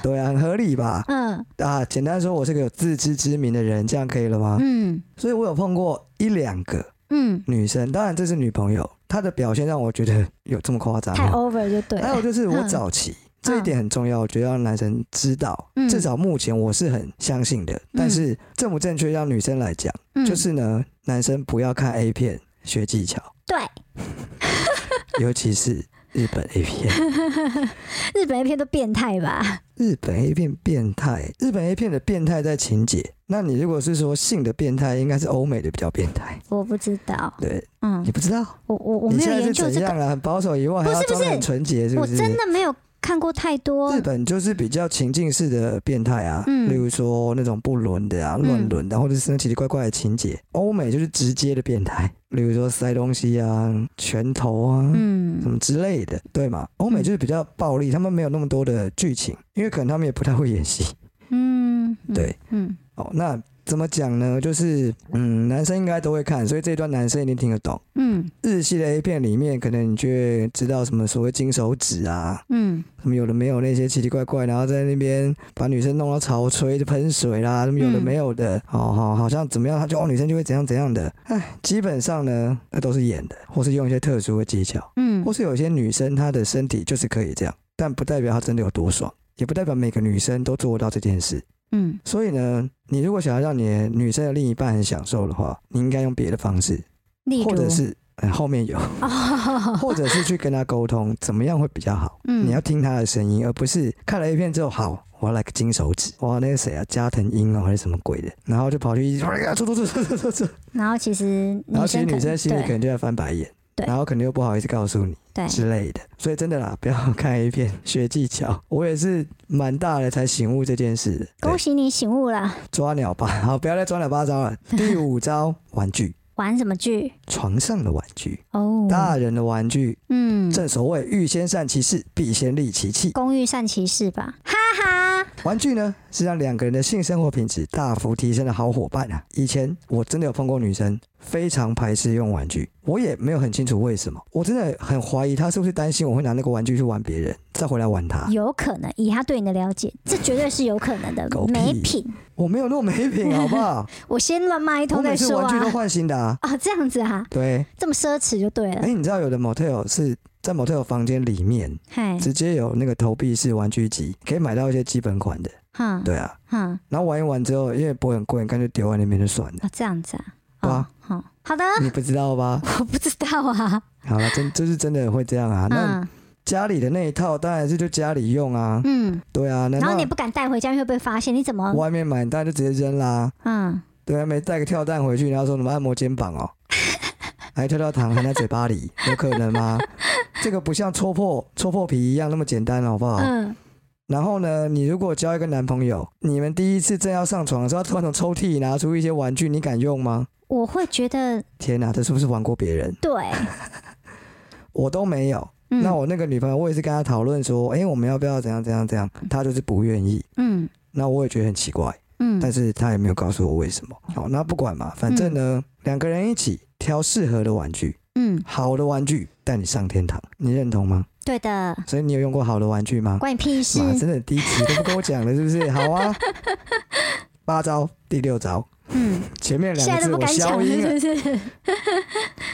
Speaker 1: 对啊，很合理吧？
Speaker 2: 嗯
Speaker 1: 啊，简单说，我是个有自知之明的人，这样可以了吗？
Speaker 2: 嗯
Speaker 1: 所以我有碰过一两个
Speaker 2: 嗯，
Speaker 1: 女生，当然这是女朋友，她的表现让我觉得有这么夸张
Speaker 2: 太
Speaker 1: 吗。
Speaker 2: over 就对
Speaker 1: 啊还有
Speaker 2: 了。
Speaker 1: 就是我早期。这一点很重要，我觉得让男生知道，
Speaker 2: 嗯
Speaker 1: 至少目前我是很相信的。但是正不正确，让女生来讲，
Speaker 2: 嗯
Speaker 1: 就是呢，男生不要看 A 片学技巧，
Speaker 2: 对
Speaker 1: 尤其是日本 A 片，
Speaker 2: 日本 A 片都变态吧？
Speaker 1: 日本 A 片变态，日本 A 片的变态在情节。那你如果是说性的变态，应该是欧美的比较变态。
Speaker 2: 我不知道。
Speaker 1: 对
Speaker 2: 嗯
Speaker 1: 你，不知道，
Speaker 2: 我我我
Speaker 1: 你
Speaker 2: 没有
Speaker 1: 现在
Speaker 2: 研
Speaker 1: 是
Speaker 2: 究
Speaker 1: 怎
Speaker 2: 这个，
Speaker 1: 样啊了？很保守以外，还
Speaker 2: 不
Speaker 1: 要
Speaker 2: 是不
Speaker 1: 装得很
Speaker 2: 是
Speaker 1: 纯洁，是不
Speaker 2: 我
Speaker 1: 是？
Speaker 2: 真的没有看过太多
Speaker 1: 日。本就是比较情境式的变态啊，
Speaker 2: 哦嗯
Speaker 1: 例如说那种不伦的啊、
Speaker 2: 嗯
Speaker 1: 乱伦的啊，或者是那奇奇怪怪的情节。欧美就是直接的变 态，例如说塞东西啊、拳头啊。什
Speaker 2: 嗯
Speaker 1: 么之类的，对嘛？欧美就是比较暴力，他们没有那么多的剧情，因为可能他们也不太会演戏。
Speaker 2: 嗯，嗯
Speaker 1: 对，
Speaker 2: 嗯
Speaker 1: 哦，那怎么讲呢？就是嗯，男生应该都会看，所以这一段男生一定听得懂。
Speaker 2: 嗯
Speaker 1: 日系的 A 片里面，可能你就会知道什么所谓金手指啊，
Speaker 2: 嗯
Speaker 1: 什么有的没有那些奇奇怪怪，然后在那边把女生弄到潮吹就喷水啦，什么有的
Speaker 2: 嗯
Speaker 1: 没有的，哦好好像怎么样，他就哦女生就会怎样怎样的，哎，基本上呢，那都是演的，或是用一些特殊的技巧，
Speaker 2: 嗯
Speaker 1: 或是有些女生她的身体就是可以这样，但不代表她真的有多爽，也不代表每个女生都做得到这件事。
Speaker 2: 嗯
Speaker 1: 所以呢，你如果想要让你的女生的另一半很享受的话，你应该用别的方式，
Speaker 2: 例如
Speaker 1: 或者是、呃后面有，
Speaker 2: 哦，
Speaker 1: 或者是去跟她沟通，怎么样会比较好？
Speaker 2: 嗯
Speaker 1: 你要听她的声音，而不是看了 A 片之后，好，我要来个金手指，哇，那个谁啊，加藤鹰哦，还是什么鬼的，然后就跑去一直，哎呀，走走走走走 走，
Speaker 2: 然后其实
Speaker 1: 然后
Speaker 2: 女
Speaker 1: 其实
Speaker 2: 生可
Speaker 1: 女生
Speaker 2: 能
Speaker 1: 心里可
Speaker 2: 对
Speaker 1: 能就在翻白眼，
Speaker 2: 对
Speaker 1: 然后可能又不好意思告诉你
Speaker 2: 对，
Speaker 1: 之类的，所以真的啦，不要看 A 片学技巧， 我也是蛮大了才醒悟这件事的。对
Speaker 2: 恭喜你醒悟了，
Speaker 1: 抓鸟吧， 好，不要再抓鸟八招 了。第五招，玩具，
Speaker 2: 玩什么剧？
Speaker 1: 床上的玩具，
Speaker 2: 哦，
Speaker 1: 大人的玩具。
Speaker 2: 嗯，
Speaker 1: 正所谓，欲先善其事，必先利其器。
Speaker 2: 公寓善其事吧，哈哈，
Speaker 1: 玩具呢是让两个人的性生活品质大幅提升的好伙伴啊。以前我真的有碰过女生非常排斥用玩具，我也没有很清楚为什么，我真的很怀疑她是不是担心我会拿那个玩具去玩别人，再回来玩她。
Speaker 2: 有可能，以他对你的了解，这绝对是有可能的
Speaker 1: 狗。屁
Speaker 2: 没品，
Speaker 1: 我没有那么没品，好不 好？
Speaker 2: 我先乱骂一
Speaker 1: 我
Speaker 2: 通再
Speaker 1: 每次
Speaker 2: 说
Speaker 1: 玩具都
Speaker 2: 啊。
Speaker 1: 换新的啊。
Speaker 2: 哦，这样子啊，
Speaker 1: 对，
Speaker 2: 这么奢侈就对了
Speaker 1: 哎、。你知道有的 motel 是在 motel 房间里面
Speaker 2: 嗨，
Speaker 1: 直接有那个投币式玩具机，可以买到一些基本款的。
Speaker 2: 哈，
Speaker 1: 对啊，
Speaker 2: 哈，啊
Speaker 1: 然后玩一玩之后，因为不会很贵，你干脆丢在那边就算了。
Speaker 2: 这样子啊。
Speaker 1: 对
Speaker 2: 哦
Speaker 1: 啊，
Speaker 2: 好，好的，
Speaker 1: 你不知道吧？
Speaker 2: 我不知道啊。
Speaker 1: 好了，真就是真的会这样啊。那
Speaker 2: 嗯
Speaker 1: 家里的那一套当然是就家里用啊，
Speaker 2: 嗯，
Speaker 1: 对啊。难
Speaker 2: 然后你也嗯
Speaker 1: 道
Speaker 2: 不敢带回家，因为会被发现。你怎么？
Speaker 1: 外面买当然就直接扔啦？
Speaker 2: 嗯，
Speaker 1: 对啊，没带个跳蛋回去，然后说什么按摩肩膀 哦，还跳跳糖含在嘴巴里，有可能 吗？这个不像戳破戳破皮一样那么简单，好不好？
Speaker 2: 嗯，
Speaker 1: 然后呢，你如果交一个男朋友，你们第一次正要上床的时候，他突然从抽屉里拿出一些玩具，你敢用吗？
Speaker 2: 我会觉得
Speaker 1: 天哪、这是不是玩过别人？
Speaker 2: 对。
Speaker 1: 我都没有。
Speaker 2: 嗯
Speaker 1: 那我那个女朋友，我也是跟她讨论说，哎、我们要不要怎样怎样怎样？她就是不愿意。
Speaker 2: 嗯
Speaker 1: 那我也觉得很奇怪，
Speaker 2: 嗯
Speaker 1: 但是她也没有告诉我为什么。好，那不管嘛，反正呢，两、个人一起挑适合的玩具，
Speaker 2: 嗯，
Speaker 1: 好的玩具带你上天堂，你认同吗？
Speaker 2: 对的，
Speaker 1: 所以你有用过好的玩具吗？
Speaker 2: 嗯关你屁事。
Speaker 1: 哇，真的第一集都不跟我讲了，是不 是？好啊，八招，第六招，
Speaker 2: 嗯，
Speaker 1: 前面
Speaker 2: 现
Speaker 1: 两
Speaker 2: 在
Speaker 1: 个字
Speaker 2: 都不
Speaker 1: 我
Speaker 2: 敢讲
Speaker 1: 消
Speaker 2: 了，
Speaker 1: 音了
Speaker 2: 是。不是？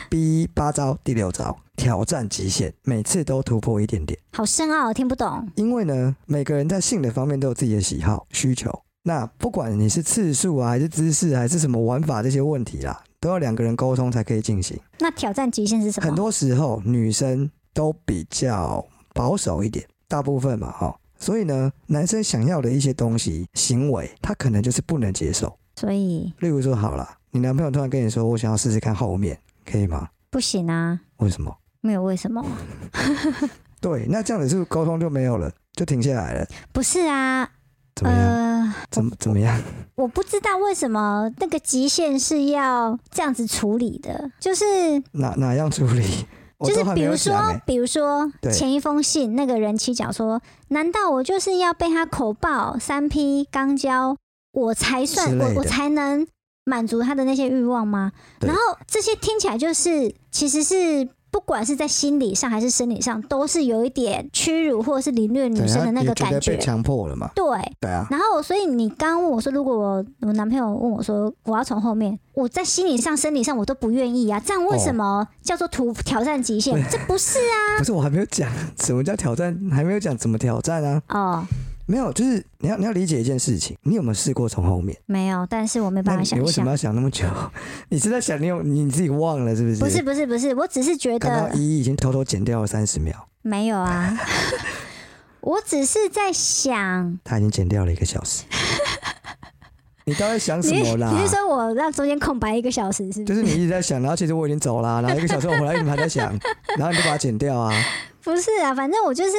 Speaker 1: B 八招，第六招，挑战极限，每次都突破一点点。
Speaker 2: 好深奥，听不懂。
Speaker 1: 因为呢，每个人在性的方面都有自己的喜好需求。那不管你是次数啊，还是姿势，还是什么玩法这些问题啦，都要两个人沟通才可以进行。
Speaker 2: 那挑战极限是什么？
Speaker 1: 很多时候女生都比较保守一点，大部分嘛，哈。所以呢，男生想要的一些东西、行为，他可能就是不能接受。
Speaker 2: 所以
Speaker 1: 例如说，好了，你男朋友突然跟你说：“我想要试试看后面，可以吗
Speaker 2: 不行啊，？”
Speaker 1: 为什么？
Speaker 2: 没有为什么？
Speaker 1: 对，那这样子是不是沟通就没有了，就停下来了？
Speaker 2: 不是啊，
Speaker 1: 怎么样？
Speaker 2: 呃，
Speaker 1: 怎么怎么样？
Speaker 2: 我不知道为什么那个极限是要这样子处理的，就是
Speaker 1: 哪哪样处理？我
Speaker 2: 就
Speaker 1: 都
Speaker 2: 是
Speaker 1: 还
Speaker 2: 比
Speaker 1: 没有
Speaker 2: 如
Speaker 1: 讲
Speaker 2: 说
Speaker 1: 欸，
Speaker 2: 比如说
Speaker 1: 对
Speaker 2: 前一封信那个人妻讲说，难道我就是要被他口爆三 P 肛交，我才
Speaker 1: 之
Speaker 2: 算
Speaker 1: 类
Speaker 2: 我
Speaker 1: 的
Speaker 2: 我才能满足他的那些欲望吗？
Speaker 1: 对
Speaker 2: 然后这些听起来就是其实是。不管是在心理上还是生理上，都是有一点屈辱或者是凌虐女
Speaker 1: 对
Speaker 2: 生
Speaker 1: 啊
Speaker 2: 的那
Speaker 1: 也
Speaker 2: 个
Speaker 1: 觉
Speaker 2: 感
Speaker 1: 得
Speaker 2: 觉
Speaker 1: 被。强迫了嘛？
Speaker 2: 对，
Speaker 1: 对啊，
Speaker 2: 然后，所以你刚刚问我说，如果我我男朋友问我说我要从后面，我在心理上、生理上我都不愿意啊，这样为什么
Speaker 1: 哦
Speaker 2: 叫做突挑战 极限？这不是啊，
Speaker 1: 不是我还没有讲 什么叫挑战，还没有讲怎么挑战啊？
Speaker 2: 哦，
Speaker 1: 没有，就是你要你要理解一件事情，你有没有试过从后面？
Speaker 2: 没有，但是我没
Speaker 1: 那
Speaker 2: 办法
Speaker 1: 你你
Speaker 2: 想
Speaker 1: 为什
Speaker 2: 象
Speaker 1: 么，要想那么久？ 你是在想你有你自己忘了是不是？
Speaker 2: 不是，不是不是，我只是觉
Speaker 1: 刚刚
Speaker 2: 得
Speaker 1: 一已经偷偷剪掉了三十秒，
Speaker 2: 没有啊， 我只是在想，
Speaker 1: 他已经剪掉了一个小 时。你到底想什
Speaker 2: 你
Speaker 1: 么啦？
Speaker 2: 你是说我让中间空白一个小时是不？
Speaker 1: 就是是你一直在想，然后其实我已经走啊啦，然后一个小时我回来你们还在想， 然后你就把它剪掉啊。
Speaker 2: 不是啊，反正我就是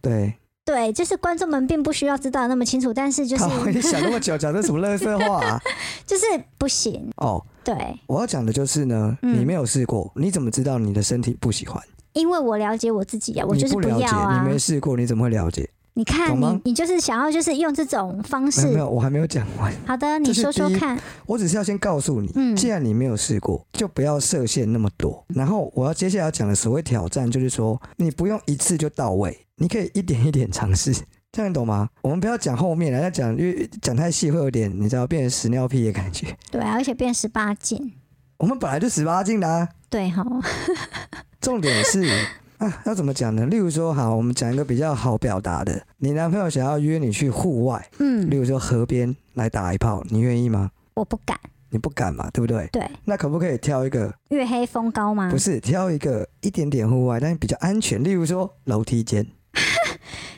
Speaker 1: 对，
Speaker 2: 对，就是观众们并不需要知道得那么清楚，但是就是
Speaker 1: 他会哦想那么久，讲这什么垃圾话 啊？
Speaker 2: 就是不行，
Speaker 1: 哦，
Speaker 2: 对，
Speaker 1: 我要讲的就是呢，
Speaker 2: 嗯
Speaker 1: 你没有试过，你怎么知道你的身体不喜欢？
Speaker 2: 因为我了解我自己啊，我
Speaker 1: 你
Speaker 2: 就是
Speaker 1: 不了
Speaker 2: 要
Speaker 1: 解，
Speaker 2: 啊
Speaker 1: 你。没试过，你怎么会了解？
Speaker 2: 你看
Speaker 1: 懂吗
Speaker 2: 你，你就是想要就是用这种方
Speaker 1: 没有没
Speaker 2: 式。
Speaker 1: 有，我还没有讲完，
Speaker 2: 好的，你
Speaker 1: 这是
Speaker 2: 说说
Speaker 1: 第一
Speaker 2: 看。
Speaker 1: 我只是要先告诉你，
Speaker 2: 嗯
Speaker 1: 既然你没有试过，就不要设限那么多。然后我要接下来要讲的所谓挑战，就是说你不用一次就到位，你可以一点一点尝试。 这样你懂吗？我们不要讲后面了，要讲因为讲太细会有点，你知道变成屎尿屁的感觉。
Speaker 2: 对啊，而且变十八禁。
Speaker 1: 我们本来就十八禁的、啊，
Speaker 2: 对哈，
Speaker 1: 重点是啊，要怎么讲呢？例如说，好，我们讲一个比较好表达的，你男朋友想要约你去户外，例
Speaker 2: 嗯，
Speaker 1: 如说河边来打一炮，你愿意吗？
Speaker 2: 我不敢。
Speaker 1: 你不敢嘛，对不对？
Speaker 2: 对，
Speaker 1: 那可不可以挑一个，
Speaker 2: 月黑风高吗
Speaker 1: 不？是挑一个一点点户外，但是比较安全，例如说楼梯间。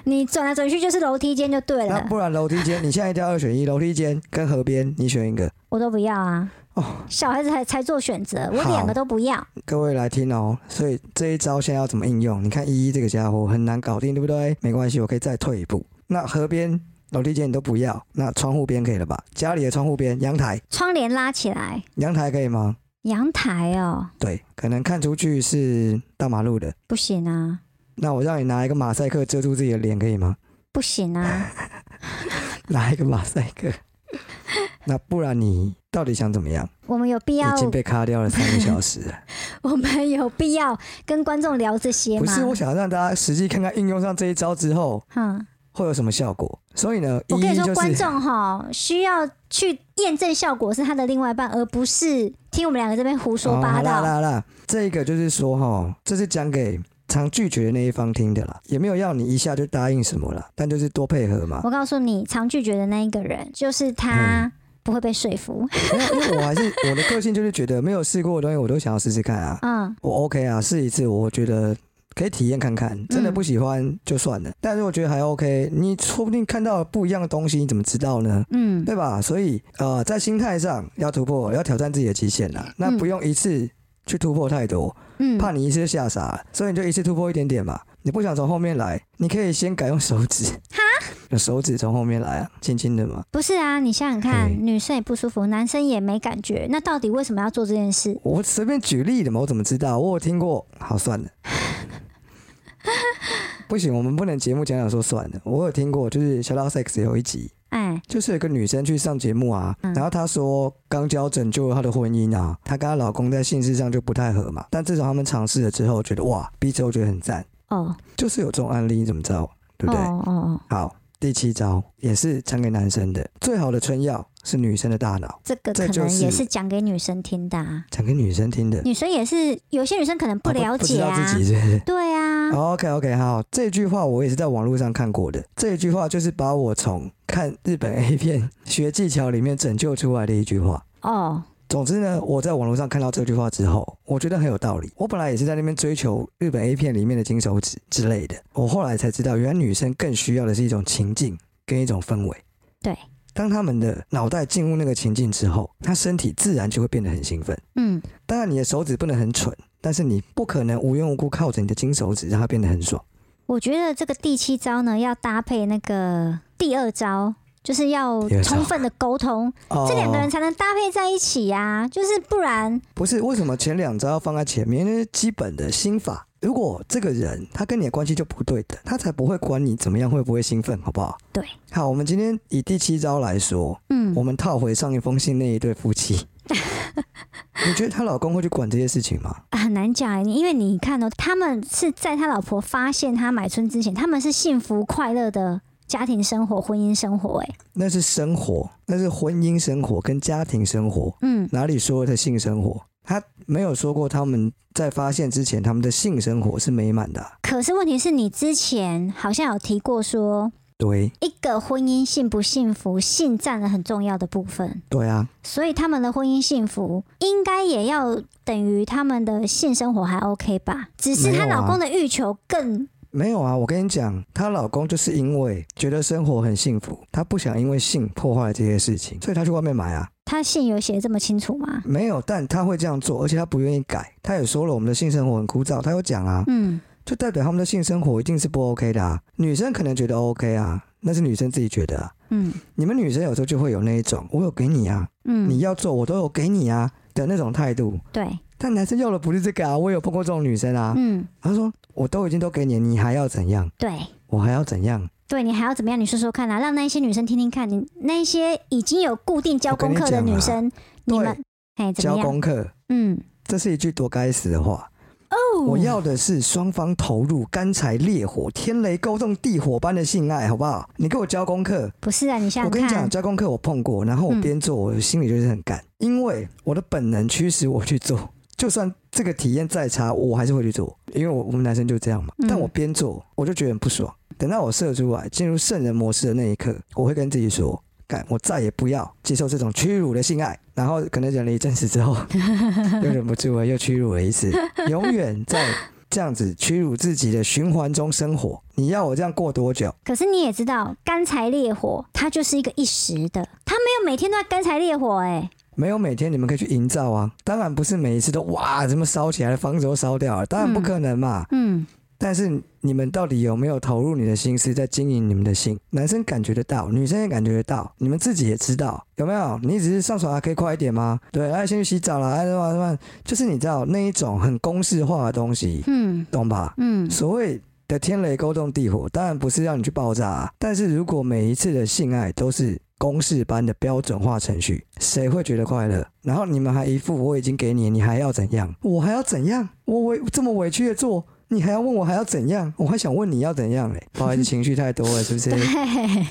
Speaker 2: 你转来转去就是楼梯间就对啊
Speaker 1: 那
Speaker 2: 了，
Speaker 1: 不然楼梯间，你现在一定要二选一，楼梯间跟河边，你选一个。
Speaker 2: 我都不要啊。
Speaker 1: 哦，
Speaker 2: 小孩子才才做选择，我
Speaker 1: 好
Speaker 2: 两个都不要。
Speaker 1: 各位来听哦，所以这一招现在要怎么应用？你看依依这个家伙很难搞定，对不对？没关系，我可以再退一步。那河边、楼梯间你都不要，那窗户边可以了吧？家里的窗户边、阳台，
Speaker 2: 窗帘拉起来，
Speaker 1: 阳台可以
Speaker 2: 嗯
Speaker 1: 吗？
Speaker 2: 阳台哦，
Speaker 1: 对，可能看出去是大马路的。
Speaker 2: 不行啊，
Speaker 1: 那我让你拿一个马赛克遮住自己的脸，可以吗？
Speaker 2: 不行啊，
Speaker 1: 哪一个马赛克？ 那不然你到底想怎么样？
Speaker 2: 我们有必要
Speaker 1: 已，经被卡掉了三个小时 了，
Speaker 2: 我们有必要跟观众聊这些
Speaker 1: 不
Speaker 2: 吗？
Speaker 1: 是？我想让大家实际看看应用上这一招之后
Speaker 2: 嗯，
Speaker 1: 会有什么效果。所以呢，
Speaker 2: 我跟
Speaker 1: 一
Speaker 2: 你
Speaker 1: 就
Speaker 2: 说，
Speaker 1: 是
Speaker 2: 观众哈需要去验证效果是他的另外一半，而不是听我们两个这边胡说
Speaker 1: 哦
Speaker 2: 八
Speaker 1: 好啦
Speaker 2: 道。
Speaker 1: 好啦好啦，这个就是说哈，这是讲给常拒绝的那一方听的啦，也没有要你一下就答应什么啦，但就是多配合嘛。
Speaker 2: 我告诉你，常拒绝的那一个人，就是
Speaker 1: 嗯
Speaker 2: 他不会被说服。
Speaker 1: 因为因为我还是我的个性就是觉得没有试过的东西我都想要试试看啊，
Speaker 2: 嗯，
Speaker 1: 我 OK 啊，试一次我觉得。可以体验看
Speaker 2: 嗯
Speaker 1: 看，真的不喜欢就算了。但是我觉得还 OK，你说不定看到不一样的东西，你怎么知道呢？
Speaker 2: 嗯，
Speaker 1: 对吧？所以呃，在心态上要突破，要挑战自己的极限啦。那不用一次去突破太多，
Speaker 2: 嗯，
Speaker 1: 怕你一次就吓傻了，所以你就一次突破一点点嘛。你不想从后面来，你可以先改用手指，用手指从后面来啊，轻轻的嘛。
Speaker 2: 不是啊，你想想看
Speaker 1: 嘿，
Speaker 2: 女生也不舒服，男生也没感觉，那到底为什么要做这件事？
Speaker 1: 我随便举例的嘛，我怎么知道？我有听过，好算 了。不行，我们不能节目讲讲说算了。我有听过，就是《小到 Sex》有一集，
Speaker 2: 哎，
Speaker 1: 就是有个女生去上节目啊，
Speaker 2: 嗯
Speaker 1: 然后她说肛交拯救了她的婚姻啊，她跟她老公在性事上就不太合嘛，但自从他们尝试了之后，觉得哇，彼此都觉得很赞，
Speaker 2: 哦，
Speaker 1: 就是有这种案例，你怎么知道？对不对？
Speaker 2: 哦哦哦，
Speaker 1: 好，第七招也是讲给男生的，最好的春药是女生的大脑，
Speaker 2: 这个
Speaker 1: 这
Speaker 2: 可
Speaker 1: 就
Speaker 2: 能
Speaker 1: 是
Speaker 2: 也是讲给女生听的啊。
Speaker 1: 讲给女生听的。
Speaker 2: 女生也是，有些女生可能不
Speaker 1: 哦
Speaker 2: 了
Speaker 1: 不知
Speaker 2: 解
Speaker 1: 道
Speaker 2: 啊，
Speaker 1: 自己是哦不是。
Speaker 2: 对啊，
Speaker 1: OK OK，好，这句话我也是在网络上看过的。这句话就是把我从看日本 A 片学技巧里面拯救出来的一句话。
Speaker 2: 哦，
Speaker 1: 总之呢，我在网络上看到这句话之后，我觉得很有道理。我本来也是在那边追求日本 A 片里面的金手指之类的，我后来才知道，原来女生更需要的是一种情境跟一种氛围。
Speaker 2: 对，
Speaker 1: 当她们的脑袋进入那个情境之后，她身体自然就会变得很兴奋。
Speaker 2: 嗯，
Speaker 1: 当然，你的手指不能很蠢，但是你不可能无缘无故靠着你的金手指让它变得很爽。
Speaker 2: 我觉得这个第七招呢，要搭配那个第二招，就是要
Speaker 1: 第二招
Speaker 2: 充分的沟通，
Speaker 1: 哦
Speaker 2: 这两个人才能搭配在一起呀、就是不然，
Speaker 1: 不是为什么前两招要放在前面？因为那是基本的心法。如果这个人他跟你的关系就不对等，他才不会管你怎么样会不会兴奋，好不好？
Speaker 2: 对。
Speaker 1: 好，我们今天以第七招来说，
Speaker 2: 嗯
Speaker 1: 我，们套回上一封信那一对夫 妻。你觉得她老公会去管这些事情吗？
Speaker 2: 很难讲欸因为你看哦，他们是在他老婆发现他买春之前，他们是幸福快乐的家庭生活、婚姻生活，哎，
Speaker 1: 那是生活，那是婚姻生活跟家庭生活，
Speaker 2: 嗯，
Speaker 1: 哪里说的性生活？他没有说过他们在发现之前，他们的性生活是美满的啊、
Speaker 2: 可是问题是你之前好像有提过说，
Speaker 1: 对，
Speaker 2: 一个婚姻幸不幸福，性占了很重要的部分。
Speaker 1: 对啊，
Speaker 2: 所以他们的婚姻幸福应该也要等于他们的性生活还 OK 吧？只是
Speaker 1: 没有
Speaker 2: 她
Speaker 1: 啊
Speaker 2: 老公的欲求更
Speaker 1: 没有啊，我跟你讲，她老公就是因为觉得生活很幸福，她不想因为性破坏这些事情，所以她去外面买啊。
Speaker 2: 他信有写得这么清楚吗？
Speaker 1: 没有，但她会这样做，而且她不愿意改。她也说了，我们的性生活很枯燥，她有讲啊，
Speaker 2: 嗯，
Speaker 1: 就代表他们的性生活一定是不 OK 的啊。女生可能觉得 OK 啊，那是女生自己觉得啊。
Speaker 2: 嗯
Speaker 1: 你们女生有时候就会有那一种，我有给你啊，你
Speaker 2: 嗯，
Speaker 1: 要做我都有给你啊的那种态度。
Speaker 2: 对，
Speaker 1: 但男生要的不是这个啊，我有碰过这种女生啊，
Speaker 2: 嗯
Speaker 1: 她说我都已经都给你，你还要怎样？
Speaker 2: 对，
Speaker 1: 我还要怎样？
Speaker 2: 对你还要怎么样？你说说看啊，让那些女生听听看，你那些已经有固定交
Speaker 1: 我跟
Speaker 2: 功
Speaker 1: 你
Speaker 2: 课的
Speaker 1: 讲啊
Speaker 2: 女生，你
Speaker 1: 对
Speaker 2: 们哎怎
Speaker 1: 交
Speaker 2: 么样？
Speaker 1: 功课。
Speaker 2: 嗯，
Speaker 1: 这是一句多该死的话。
Speaker 2: 哦
Speaker 1: 我要的是双方投入干柴烈火、天雷勾动地火般的性爱，好不好？你给我教功课，
Speaker 2: 不是啊，你想
Speaker 1: 我
Speaker 2: 想
Speaker 1: 跟你讲，
Speaker 2: 看，
Speaker 1: 教功课我碰过，然后我
Speaker 2: 嗯
Speaker 1: 边做，我心里就是很干，因为我的本能驱使我去做，就算这个体验再差，我还是会去做，因为我我们男生就这样嘛。
Speaker 2: 嗯
Speaker 1: 但我边做，我就觉得很不爽。等到我射出来进入圣人模式的那一刻，我会跟自己说。干！我再也不要接受这种屈辱的性爱。然后可能忍了一阵子之 后，又忍不住了，又屈辱了一次。永远在这样子屈辱自己的循环中生活。你要我这样过多久？
Speaker 2: 可是你也知道，干柴烈火它就是一个一时的，他没有每天都在干柴烈火、哎，
Speaker 1: 没有每天你们可以去营造啊，当然不是每一次都哇怎么烧起来，房子都烧掉了，啊当然不可能嘛。
Speaker 2: 嗯，
Speaker 1: 但是你们到底有没有投入你的心思在经营你们的心？男生感觉得到，女生也感觉得到，你们自己也知道有没有？你只是上床还啊可以快一点吗？对，哎，先去洗澡啦，哎，什么什么，就是你知道那一种很公式化的东西，
Speaker 2: 嗯
Speaker 1: 懂吧？
Speaker 2: 嗯，
Speaker 1: 所谓。的天雷勾动地火，当然不是让你去爆炸、啊。但是如果每一次的性爱都是公式般的标准化程序，谁会觉得快乐？然后你们还一副我已经给你，你还要怎样？我还要怎样？我委这么委屈的做，你还要问我还要怎样？我还想问你要怎 样嘞？不好意思，情绪太多了，是不是？
Speaker 2: 对，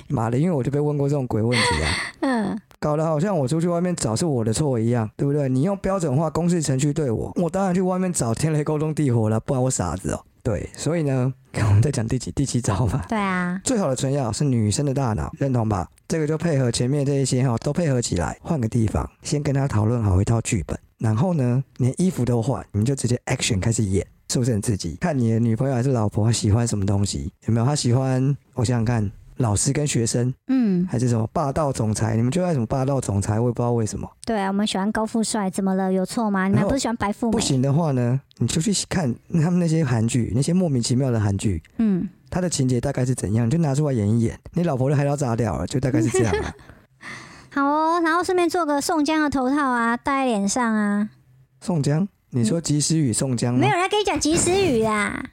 Speaker 1: 妈的，因为我就被问过这种鬼问题啊。
Speaker 2: 嗯，
Speaker 1: 搞得好像我出去外面找是我的错一样，对不对？你用标准化公式程序对我，我当然去外面找天雷勾动地火了，不然我傻子哦、对，所以呢， 我们在讲第几第七招嘛。
Speaker 2: 对啊，
Speaker 1: 最好的春药是女生的大脑，认同吧？这个就配合前面这一些哈，都配合起来，换个地方，先跟他讨论好一套剧本，然后呢，连衣服都换，你们就直接 action 开始演，是不是很刺激？看你的女朋友还是老婆她喜欢什么东西，有没有？她喜欢，我想想看，老师跟学生，
Speaker 2: 嗯，
Speaker 1: 还是什么霸道总裁？你们就爱什么霸道总裁？我也不知道为什么。
Speaker 2: 对啊，我们喜欢高富帅，怎么了？有错吗？你们
Speaker 1: 然后
Speaker 2: 不是喜欢白富
Speaker 1: 不
Speaker 2: 美？
Speaker 1: 行的话呢，你就去看他们那些韩剧，那些莫名其妙的韩剧，
Speaker 2: 嗯，
Speaker 1: 它的情节大概是怎样，你就拿出来演一演。你老婆都嗨到炸掉了，就大概是这样 啊。
Speaker 2: 好哦，然后顺便做个宋江的头套啊，戴在脸上啊。
Speaker 1: 宋江，你说及时雨宋江啊吗
Speaker 2: 嗯没有？人在跟你讲及时雨 啦，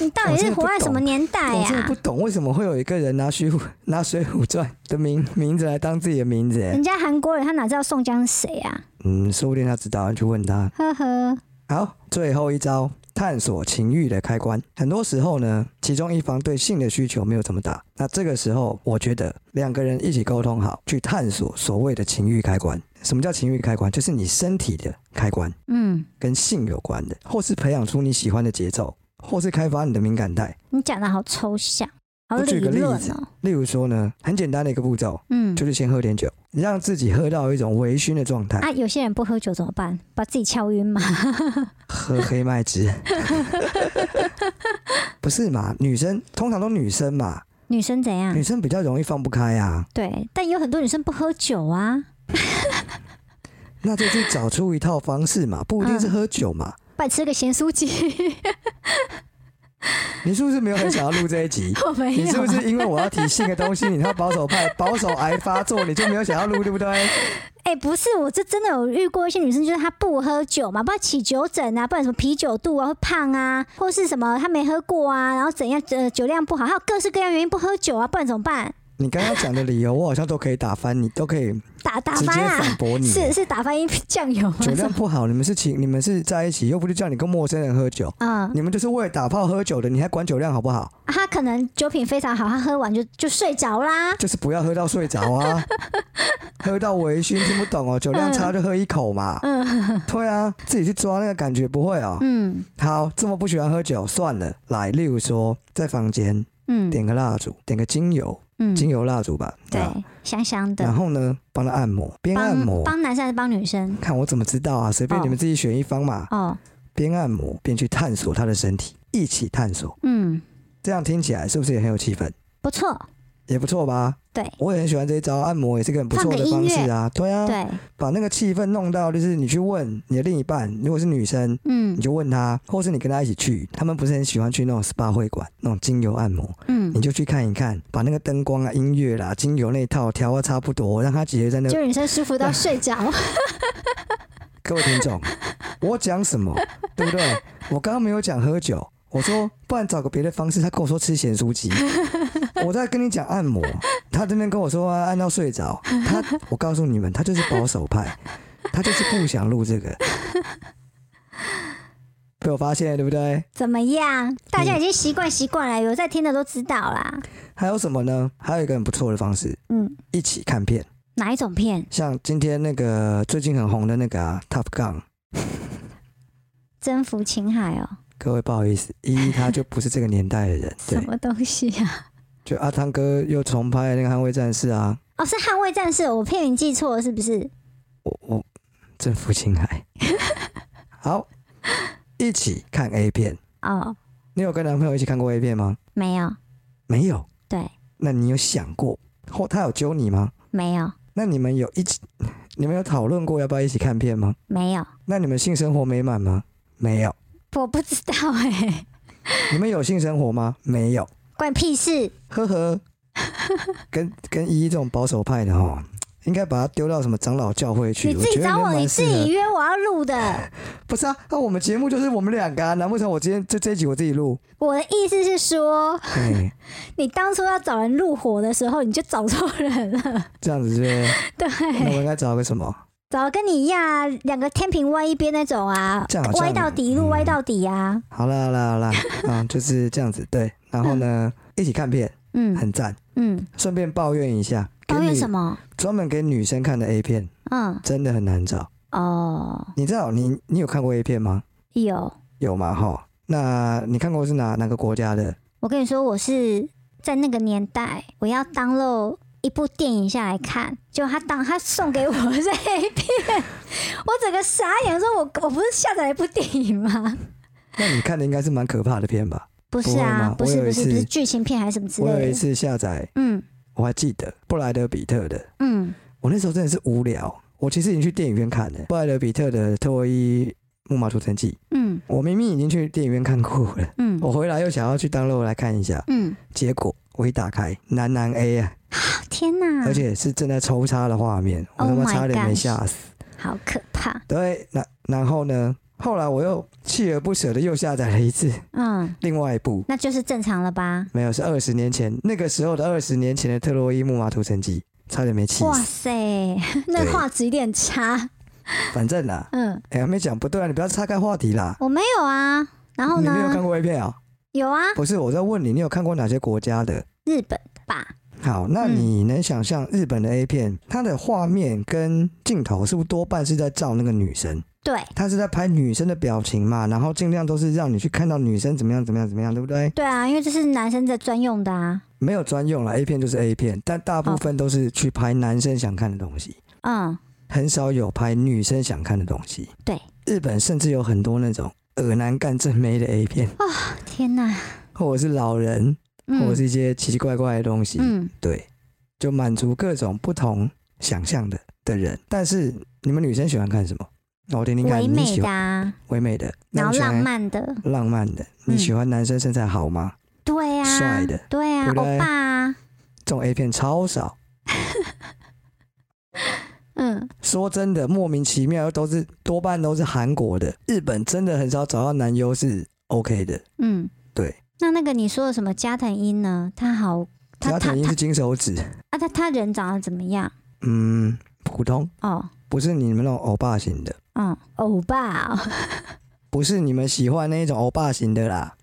Speaker 2: 你到底是活在什么年代啊
Speaker 1: 我真的
Speaker 2: 呀、
Speaker 1: 不懂为什么会有一个人拿虚拿《水浒传》的名名字来当自己的名字、欸
Speaker 2: 人家韩国人他哪知道宋江是谁啊？
Speaker 1: 嗯，说不定他知道，你去问他。
Speaker 2: 呵呵，
Speaker 1: 好，最后一招，探索情欲的开关。很多时候呢，其中一方对性的需求没有这么大，那这个时候，我觉得两个人一起沟通好，去探索所谓的情欲开关。什么叫情欲开关？就是你身体的开关，
Speaker 2: 嗯，
Speaker 1: 跟性有关的，或是培养出你喜欢的节奏，或是开发你的敏感带。
Speaker 2: 你讲的好抽象，好
Speaker 1: 我
Speaker 2: 理
Speaker 1: 举个例
Speaker 2: 论
Speaker 1: 子啊
Speaker 2: 哦。
Speaker 1: 例如说呢，很简单的一个步骤，
Speaker 2: 嗯，
Speaker 1: 就是先喝点酒，让自己喝到一种微醺的状态，
Speaker 2: 啊，有些人不喝酒怎么办？把自己敲 晕嘛。
Speaker 1: 喝黑麦 汁。不是嘛？女生通常都女生嘛，
Speaker 2: 女生怎样
Speaker 1: 女？生比较容易放不开啊，
Speaker 2: 对，但有很多女生不喝酒啊，
Speaker 1: 那就去找出一套方式嘛，不一定是
Speaker 2: 嗯
Speaker 1: 喝酒嘛。
Speaker 2: 不然吃个咸酥鸡。
Speaker 1: 你是不是没有很想要录这一集？
Speaker 2: 我 没有、
Speaker 1: 你
Speaker 2: 啊，
Speaker 1: 是不是因为我要提性的东西，你要保守 派、保守癌发作，你就没有想要录，对不对？
Speaker 2: 哎、不是，我这真的有遇过一些女生，就是她不喝酒嘛，不然起酒疹啊，不然什么啤酒肚啊，会胖啊，或是什么她没喝过啊，然后怎样呃酒量不好，还有各式各样原因不喝酒啊，不然怎么办？
Speaker 1: 你刚刚讲的理由，我好像都可以打翻你，都可以
Speaker 2: 打打
Speaker 1: 直接
Speaker 2: 翻啊
Speaker 1: 反，欸驳你。
Speaker 2: 是是打翻一瓶酱油吗？啊
Speaker 1: 酒量不好，你们是请你们是在一起，又不是叫你跟陌生人喝酒，
Speaker 2: 嗯，
Speaker 1: 你们就是为了打炮喝酒的，你还管酒量好不好？
Speaker 2: 她可能酒品非常好，她喝完就就睡着啦。
Speaker 1: 就是不要喝到睡着 啊，喝到微醺听不懂哦，酒量差就喝一口嘛。对啊，自己去抓那个感觉不会哦。
Speaker 2: 嗯
Speaker 1: 好，这么不喜欢喝酒，算了。来，例如说在房间
Speaker 2: 嗯
Speaker 1: 点个蜡烛，点个精油，
Speaker 2: 嗯，
Speaker 1: 精油蜡烛吧。吧
Speaker 2: 对，香香
Speaker 1: 啊然
Speaker 2: 的，
Speaker 1: 后呢，帮他按摩，边按
Speaker 2: 帮
Speaker 1: 摩，
Speaker 2: 帮男生还是帮女生？
Speaker 1: 看我怎么知道啊？随便
Speaker 2: 哦
Speaker 1: 你们自己选一方嘛。
Speaker 2: 哦，
Speaker 1: 边按摩边去探索他的身体，一起探索，
Speaker 2: 嗯，
Speaker 1: 这样听起来是不是也很有气氛？
Speaker 2: 不错，
Speaker 1: 也不错吧？
Speaker 2: 对
Speaker 1: 我也很喜欢这一招，按摩也是个很不错的方式啊。对啊，
Speaker 2: 对，
Speaker 1: 把那个气氛弄到，就是你去问你的另一半，如果是女生，
Speaker 2: 嗯
Speaker 1: 你就问她，或是你跟她一起去，他们不是很喜欢去那种 SPA 会馆那种精油按摩，
Speaker 2: 嗯
Speaker 1: 你，就去看一看，把那个灯光啊、音乐啦、精油那一套调啊差不多，让她直接在那。
Speaker 2: 就女生舒服到睡着。
Speaker 1: 各位听众，我讲什么，对不对？我刚刚没有讲喝酒，我说不然找个别的方式，他跟我说吃咸酥鸡，我在跟你讲按摩，他这边跟我说、啊、按到睡着，他我告诉你们，他就是保守派，他就是不想录这个，被我发现了，对不对？
Speaker 2: 怎么样？大家已经习惯习惯了，有在听的都知道啦。
Speaker 1: 还有什么呢？还有一个很不错的方式，
Speaker 2: 嗯，
Speaker 1: 一起看片，
Speaker 2: 哪一种片？
Speaker 1: 像今天那个最近很红的那个啊《Top Gun》。
Speaker 2: 征服情海哦，
Speaker 1: 各位不好意思，依依她就不是这个年代的人，对
Speaker 2: 什，么东西啊？
Speaker 1: 就阿汤哥又重拍那个《捍卫战士》啊，
Speaker 2: 哦，是捍卫战士，我骗你记错了是不是？
Speaker 1: 我我征服青 海，好，一起看 A 片。
Speaker 2: 哦，
Speaker 1: 你有跟男朋友一起看过 A 片吗？
Speaker 2: 没有，
Speaker 1: 没有。
Speaker 2: 对，
Speaker 1: 那你有想过，或他有揪你吗？
Speaker 2: 没有，
Speaker 1: 那你们有一起，你们有讨论过要不要一起看片吗？
Speaker 2: 没有，
Speaker 1: 那你们性生活美满吗？没有。
Speaker 2: 我不知道哎、
Speaker 1: 你们有性生活吗？没有。
Speaker 2: 关你屁事！
Speaker 1: 呵呵，跟跟依依这种保守派的哦，应该把它丢到什么长老教会去。
Speaker 2: 你自
Speaker 1: 我
Speaker 2: 己
Speaker 1: 觉得
Speaker 2: 找我，
Speaker 1: 蛮
Speaker 2: 你
Speaker 1: 适
Speaker 2: 自
Speaker 1: 合
Speaker 2: 己约我要录的。
Speaker 1: 不是啊？那我们节目就是我们两个啊，难不成我今天这这一集我自己录？
Speaker 2: 我的意思是说，
Speaker 1: 哎，
Speaker 2: 你当初要找人入伙的时候，你就找错人了。
Speaker 1: 这样子就
Speaker 2: 对，
Speaker 1: 那我应该找个什么？
Speaker 2: 找跟你一样啊，两个天平歪一边那种啊
Speaker 1: 这样好，像
Speaker 2: 歪到底，一路歪到底啊。
Speaker 1: 好啦好啦好啦，啊，就是这样子。对，然后呢，一起看片，
Speaker 2: 嗯
Speaker 1: 很赞。
Speaker 2: 嗯，
Speaker 1: 顺便抱怨一下，给
Speaker 2: 抱怨
Speaker 1: 女
Speaker 2: 什么？
Speaker 1: 专门给女生看的 A 片
Speaker 2: 嗯
Speaker 1: 真的很难找。
Speaker 2: 哦，
Speaker 1: 你知道你你有看过 A 片吗？
Speaker 2: 有。
Speaker 1: 有吗？哈，那你看过是哪哪个国家的？
Speaker 2: 我跟你说，我是在那个年代，我要当漏一部电影下来看，就他当他送给我的是 A 片，我整个傻眼，说我我不是下载了一部电影吗？
Speaker 1: 那你看的应该是蛮可怕的片吧？
Speaker 2: 不是啊，
Speaker 1: 不
Speaker 2: 不
Speaker 1: 会
Speaker 2: 是
Speaker 1: 吗我有
Speaker 2: 不
Speaker 1: 一
Speaker 2: 是
Speaker 1: 次
Speaker 2: 不是剧情片还是什么之
Speaker 1: 我有
Speaker 2: 类
Speaker 1: 一
Speaker 2: 的。
Speaker 1: 次下载，
Speaker 2: 嗯
Speaker 1: 我还记得布莱德比特的，
Speaker 2: 嗯
Speaker 1: 我那时候真的是无聊。我其实已经去电影院看了布莱德比特的《特洛伊木马屠城记》，
Speaker 2: 嗯
Speaker 1: 我明明已经去电影院看过了，
Speaker 2: 嗯
Speaker 1: 我回来又想要去当肉来看一下，
Speaker 2: 嗯，
Speaker 1: 结果我一打开男男 A 啊，
Speaker 2: 天哪
Speaker 1: 而，且是正在抽插的画面，我他
Speaker 2: 嗯 Oh
Speaker 1: 妈
Speaker 2: my
Speaker 1: 差点没
Speaker 2: gosh
Speaker 1: 吓死。
Speaker 2: 好可怕。
Speaker 1: 对，然然后呢，后来我又锲而不舍的又下载了一次
Speaker 2: 嗯，
Speaker 1: 另外一部，
Speaker 2: 那就是正常了吧？
Speaker 1: 没有是二十年前那个时候的二十年前的《特洛伊木马屠城记》，差点没气
Speaker 2: 哇
Speaker 1: 死。
Speaker 2: 塞， 那画质有点差。
Speaker 1: 反正啊，
Speaker 2: 嗯，
Speaker 1: 哎、还没讲不对啊，你不要岔开话题啦。
Speaker 2: 我没有啊。然后
Speaker 1: 你没有看
Speaker 2: 呢？
Speaker 1: 过 A 片啊？
Speaker 2: 有啊，
Speaker 1: 不是，我在问你，你有看过哪些国家的？
Speaker 2: 日本的吧？
Speaker 1: 好，那
Speaker 2: 嗯
Speaker 1: 你能想象日本的 A 片，它的画面跟镜头是不是多半是在照那个女生？
Speaker 2: 对
Speaker 1: 它是在拍女生的表情嘛，然后尽量都是让你去看到女生怎么样怎么样怎么样，对不对？
Speaker 2: 对啊，因为这是男生的专用的啊。
Speaker 1: 没有专用了，A 片就是 A 片，但大部分都是去拍男生想看的东西，
Speaker 2: 嗯，
Speaker 1: 很少有拍女生想看的东西。
Speaker 2: 对，
Speaker 1: 日本甚至有很多那种恶男干正妹的 A 片，
Speaker 2: 天哪，
Speaker 1: 或者是老人，或
Speaker 2: 嗯
Speaker 1: 者是一些奇奇怪怪的东西。
Speaker 2: 嗯，
Speaker 1: 对，就满足各种不同想象的的人。但是你们女生喜欢看什么？那我听听看，
Speaker 2: 唯
Speaker 1: 你
Speaker 2: 美
Speaker 1: 喜
Speaker 2: 的
Speaker 1: 欢
Speaker 2: 啊，
Speaker 1: 唯美的，那
Speaker 2: 然后
Speaker 1: 你喜欢
Speaker 2: 浪漫的，
Speaker 1: 浪漫的，你
Speaker 2: 嗯
Speaker 1: 喜欢男生身材好吗？
Speaker 2: 对啊，
Speaker 1: 帅的
Speaker 2: 对啊，
Speaker 1: 对不对
Speaker 2: 欧巴啊，
Speaker 1: 这种 A 片超少。
Speaker 2: 嗯，
Speaker 1: 说真的，莫名其妙都是多半都是韩国的，日本真的很少找到男优是 OK 的。
Speaker 2: 嗯，
Speaker 1: 对。
Speaker 2: 那那个你说的什么加藤鹰呢？他好，
Speaker 1: 加
Speaker 2: 他他
Speaker 1: 藤鹰
Speaker 2: 他
Speaker 1: 是金手指，
Speaker 2: 啊，他他人长得怎么样？
Speaker 1: 嗯，普通，
Speaker 2: 哦，
Speaker 1: 不是你们那种欧巴型的，
Speaker 2: 嗯，欧巴哦，
Speaker 1: 不是你们喜欢那一种欧巴型的啦，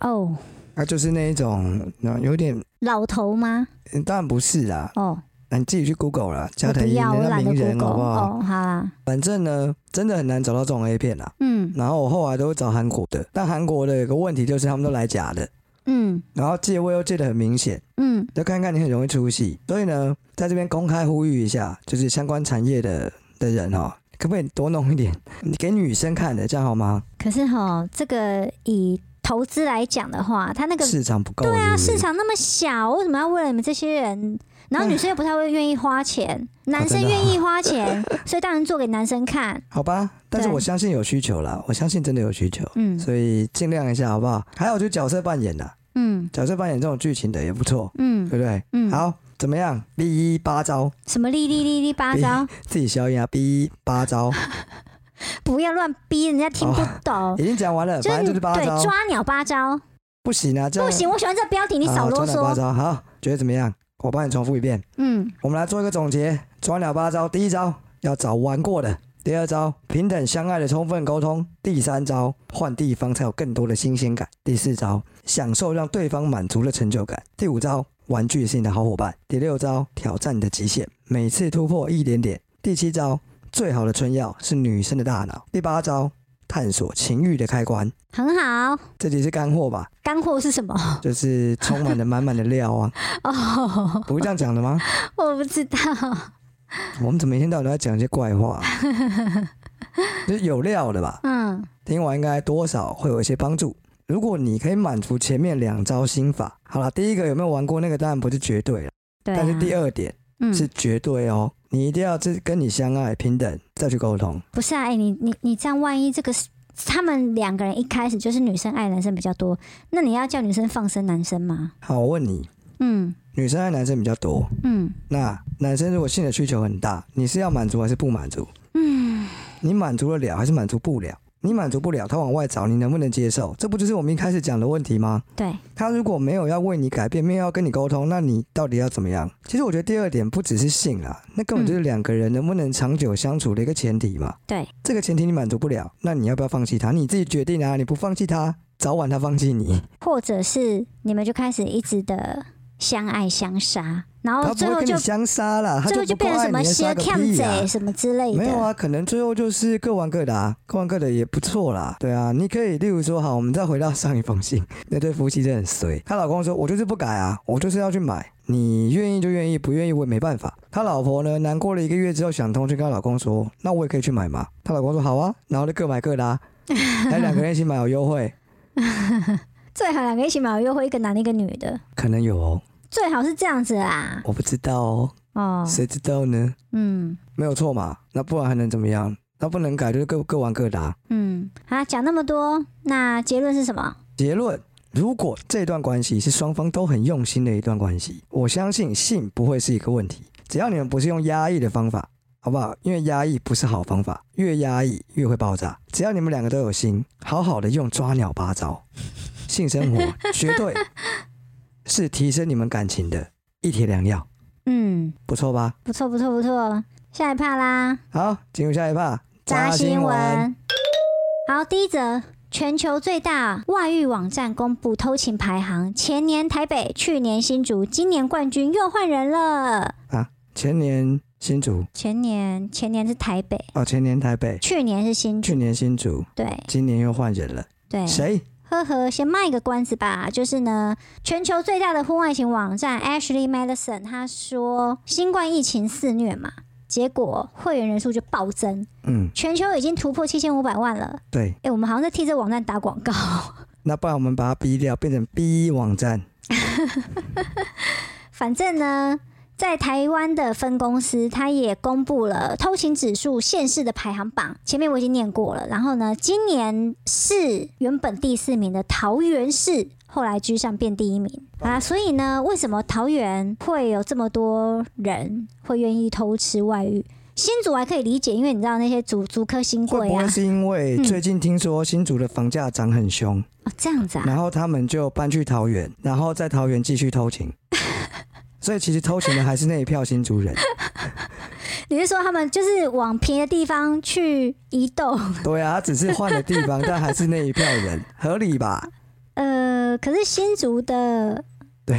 Speaker 2: 哦，
Speaker 1: 啊，就是那一种，那有点，
Speaker 2: 老头吗？
Speaker 1: 嗯当然不是啦，
Speaker 2: 哦，
Speaker 1: 那你自己去 Google 啦，加
Speaker 2: 我
Speaker 1: 藤
Speaker 2: 不
Speaker 1: 鹰
Speaker 2: 要，我
Speaker 1: 那
Speaker 2: 懒得
Speaker 1: 名
Speaker 2: g
Speaker 1: 人
Speaker 2: o
Speaker 1: 好不好？
Speaker 2: 哦，好啦，
Speaker 1: 反正呢，真的很难找到这种 A 片啦。
Speaker 2: 嗯
Speaker 1: 然后我后来都会找韩国的，但韩国的有个问题就是他们都来假的，
Speaker 2: 嗯
Speaker 1: 然后借位又借的很明显，
Speaker 2: 嗯，
Speaker 1: 就看看你很容易出戏。所以呢，在这边公开呼吁一下，就是相关产业的的人哦，可不可以多弄一点， 你给女生看的，这样好吗？
Speaker 2: 可是哈，这个以投资来讲的话，他那个
Speaker 1: 市场不够，对
Speaker 2: 那市场那么小，为什么要为了你们这些人？然后女生又不太会愿意 花钱，男生
Speaker 1: 啊真的
Speaker 2: 愿意 花钱，所以当然做给男生看。
Speaker 1: 好吧，但是
Speaker 2: 对
Speaker 1: 我相信有需求啦，我相信真的有需求，
Speaker 2: 嗯
Speaker 1: 所以尽量一下好不好？还有就角色扮演啦，
Speaker 2: 嗯
Speaker 1: 角色扮演这种剧情的也不错，
Speaker 2: 嗯
Speaker 1: 对不对？
Speaker 2: 嗯，
Speaker 1: 好，怎么样？第一八招，
Speaker 2: 什么哩哩哩哩八 糟，
Speaker 1: 自己消音啊！逼八招
Speaker 2: 不要乱逼，人家听不懂。
Speaker 1: 已经讲完了，
Speaker 2: 就
Speaker 1: 反正
Speaker 2: 是
Speaker 1: 就
Speaker 2: 你
Speaker 1: 是八
Speaker 2: 对
Speaker 1: 招，
Speaker 2: 抓鸟八招，
Speaker 1: 不行啊，这样
Speaker 2: 不行，我喜欢这标题，你
Speaker 1: 好
Speaker 2: 少啰
Speaker 1: 啊抓鸟八
Speaker 2: 嗦。
Speaker 1: 招好，觉得怎么样？我帮你重复一遍，
Speaker 2: 嗯
Speaker 1: 我们来做一个总结。抓鸟八招，第一招要找玩过的，第二招平等相爱的充分沟通，第三招换地方才有更多的新鲜感，第四招享受让对方满足的成就感，第五招玩具是你的好伙伴，第六招挑战你的极限，每次突破一点点，第七招最好的春药是女生的大脑，第八招探索情欲的开关。
Speaker 2: 很好。
Speaker 1: 这集是干货吧？
Speaker 2: 干货是什么？
Speaker 1: 就是充满了满满的料啊！
Speaker 2: 哦，
Speaker 1: 不是这样讲的吗？
Speaker 2: 我不知道。
Speaker 1: 我们怎么一天到晚都在讲一些怪 话、啊？就是有料的吧？
Speaker 2: 嗯
Speaker 1: 听完应该多少会有一些帮助。如果你可以满足前面两招心法，好了，第一个有没有玩过那个当然不是绝对了，
Speaker 2: 对啊。
Speaker 1: 但是第二点
Speaker 2: 嗯
Speaker 1: 是绝对哦，你一定要这跟你相爱平等再去沟通。
Speaker 2: 不是啊，哎、你你你这样，万一这个是他们两个人一开始就是女生爱男生比较多，那你要叫女生放生男生吗？
Speaker 1: 好，我问你，
Speaker 2: 嗯，
Speaker 1: 女生和男生比较多。
Speaker 2: 嗯
Speaker 1: 那男生如果性的需求很大，你是要满足还是不满足？
Speaker 2: 嗯，
Speaker 1: 你满足得了还是满足不了？你满足不了，他往外找，你能不能接受？这不就是我们一开始讲的问题吗？
Speaker 2: 对，
Speaker 1: 他如果没有要为你改变，没有要跟你沟通，那你到底要怎么样？其实我觉得第二点不只是性啦，那根本就是两个人能不能长久相处的一个前提嘛。
Speaker 2: 对，
Speaker 1: 这个前提你满足不了，那你要不要放弃他？你自己决定啊！你不放弃他，早晚他放弃你，
Speaker 2: 或者是你们就开始一直的相爱相杀，然后
Speaker 1: 他不
Speaker 2: 哦最
Speaker 1: 会
Speaker 2: 后
Speaker 1: 跟
Speaker 2: 就
Speaker 1: 你相杀啦，他
Speaker 2: 最后
Speaker 1: 就不够
Speaker 2: 变
Speaker 1: 爱
Speaker 2: 成什
Speaker 1: 你
Speaker 2: 么
Speaker 1: 还
Speaker 2: 邪
Speaker 1: 杀个
Speaker 2: 看
Speaker 1: 屁啊
Speaker 2: 贼！什么之类的。
Speaker 1: 没有啊，可能最后就是各玩各的啊，各玩各的也不错啦。对啊，你可以例如说，好，我们再回到上一封信，那对夫妻真的很衰。她老公说，我就是不改啊，我就是要去买，你愿意就愿意，不愿意我也没办法。她老婆呢，难过了一个月之后想通，就跟她老公说，那我也可以去买嘛。她老公说好啊，然后就各买各的啊，来两个人一起买有优惠，
Speaker 2: 最好两个一起买，我约会一个男的，一个女的，
Speaker 1: 可能有哦，
Speaker 2: 最好是这样子啦。
Speaker 1: 我不知道哦，
Speaker 2: 哦，
Speaker 1: 谁知道呢？
Speaker 2: 嗯
Speaker 1: 没有错嘛，那不然还能怎么样？那不能改就是各各玩各的啊。
Speaker 2: 嗯，啊，讲那么多，那结论是什么？
Speaker 1: 结论：如果这段关系是双方都很用心的一段关系，我相信性不会是一个问题。只要你们不是用压抑的方法，好不好？因为压抑不是好方法，越压抑越会爆炸。只要你们两个都有心，好好的用抓鸟八招，性生 活绝对是提升你们感情的一帖良药，
Speaker 2: 嗯，
Speaker 1: 不错吧？
Speaker 2: 不错不错不错，下一趴啦，
Speaker 1: 好，进入下一趴，
Speaker 2: 扎新
Speaker 1: 闻。
Speaker 2: 闻。好，第一则，全球最大外遇网站公布偷情排行，前年台北，去年新竹，今年冠军又换人了。
Speaker 1: 啊前年新竹
Speaker 2: 前年前年是台北，
Speaker 1: 哦，前年台北，
Speaker 2: 去年是新竹，
Speaker 1: 去年新竹，
Speaker 2: 对
Speaker 1: 今年又换人了，
Speaker 2: 对。
Speaker 1: 谁？
Speaker 2: 呵呵，先卖个关子吧。就是呢，全球最大的婚外情网站 Ashley Madison，他说新冠疫情肆虐嘛，结果会员人数就暴增，
Speaker 1: 嗯，
Speaker 2: 全球已经突破七千五百万了。
Speaker 1: 对。
Speaker 2: 哎、我们好像在替这网站打广告。
Speaker 1: 那不然我们把它逼掉，变成 B 网站。
Speaker 2: 反正呢，在台湾的分公司，它也公布了偷情指数县市的排行榜，前面我已经念过了。然后呢，今年是原本第四名的桃园市，后来居上变第一名啊。所以呢，为什么桃园会有这么多人会愿意偷吃外遇？新竹还可以理解，因为你知道那些竹竹科新
Speaker 1: 会
Speaker 2: 贵
Speaker 1: 不
Speaker 2: 啊
Speaker 1: 会，是因为最近听说新竹的房价涨很凶，
Speaker 2: 哦这样子啊，
Speaker 1: 然后他们就搬去桃园，然后在桃园继续偷 情？所以其实偷情的还是那一票新竹人。
Speaker 2: 你是说他们就是往便宜的地方去移动？
Speaker 1: 对啊，他只是换了地方，但还是那一票人，合理吧？
Speaker 2: 呃，可是新竹的
Speaker 1: 对，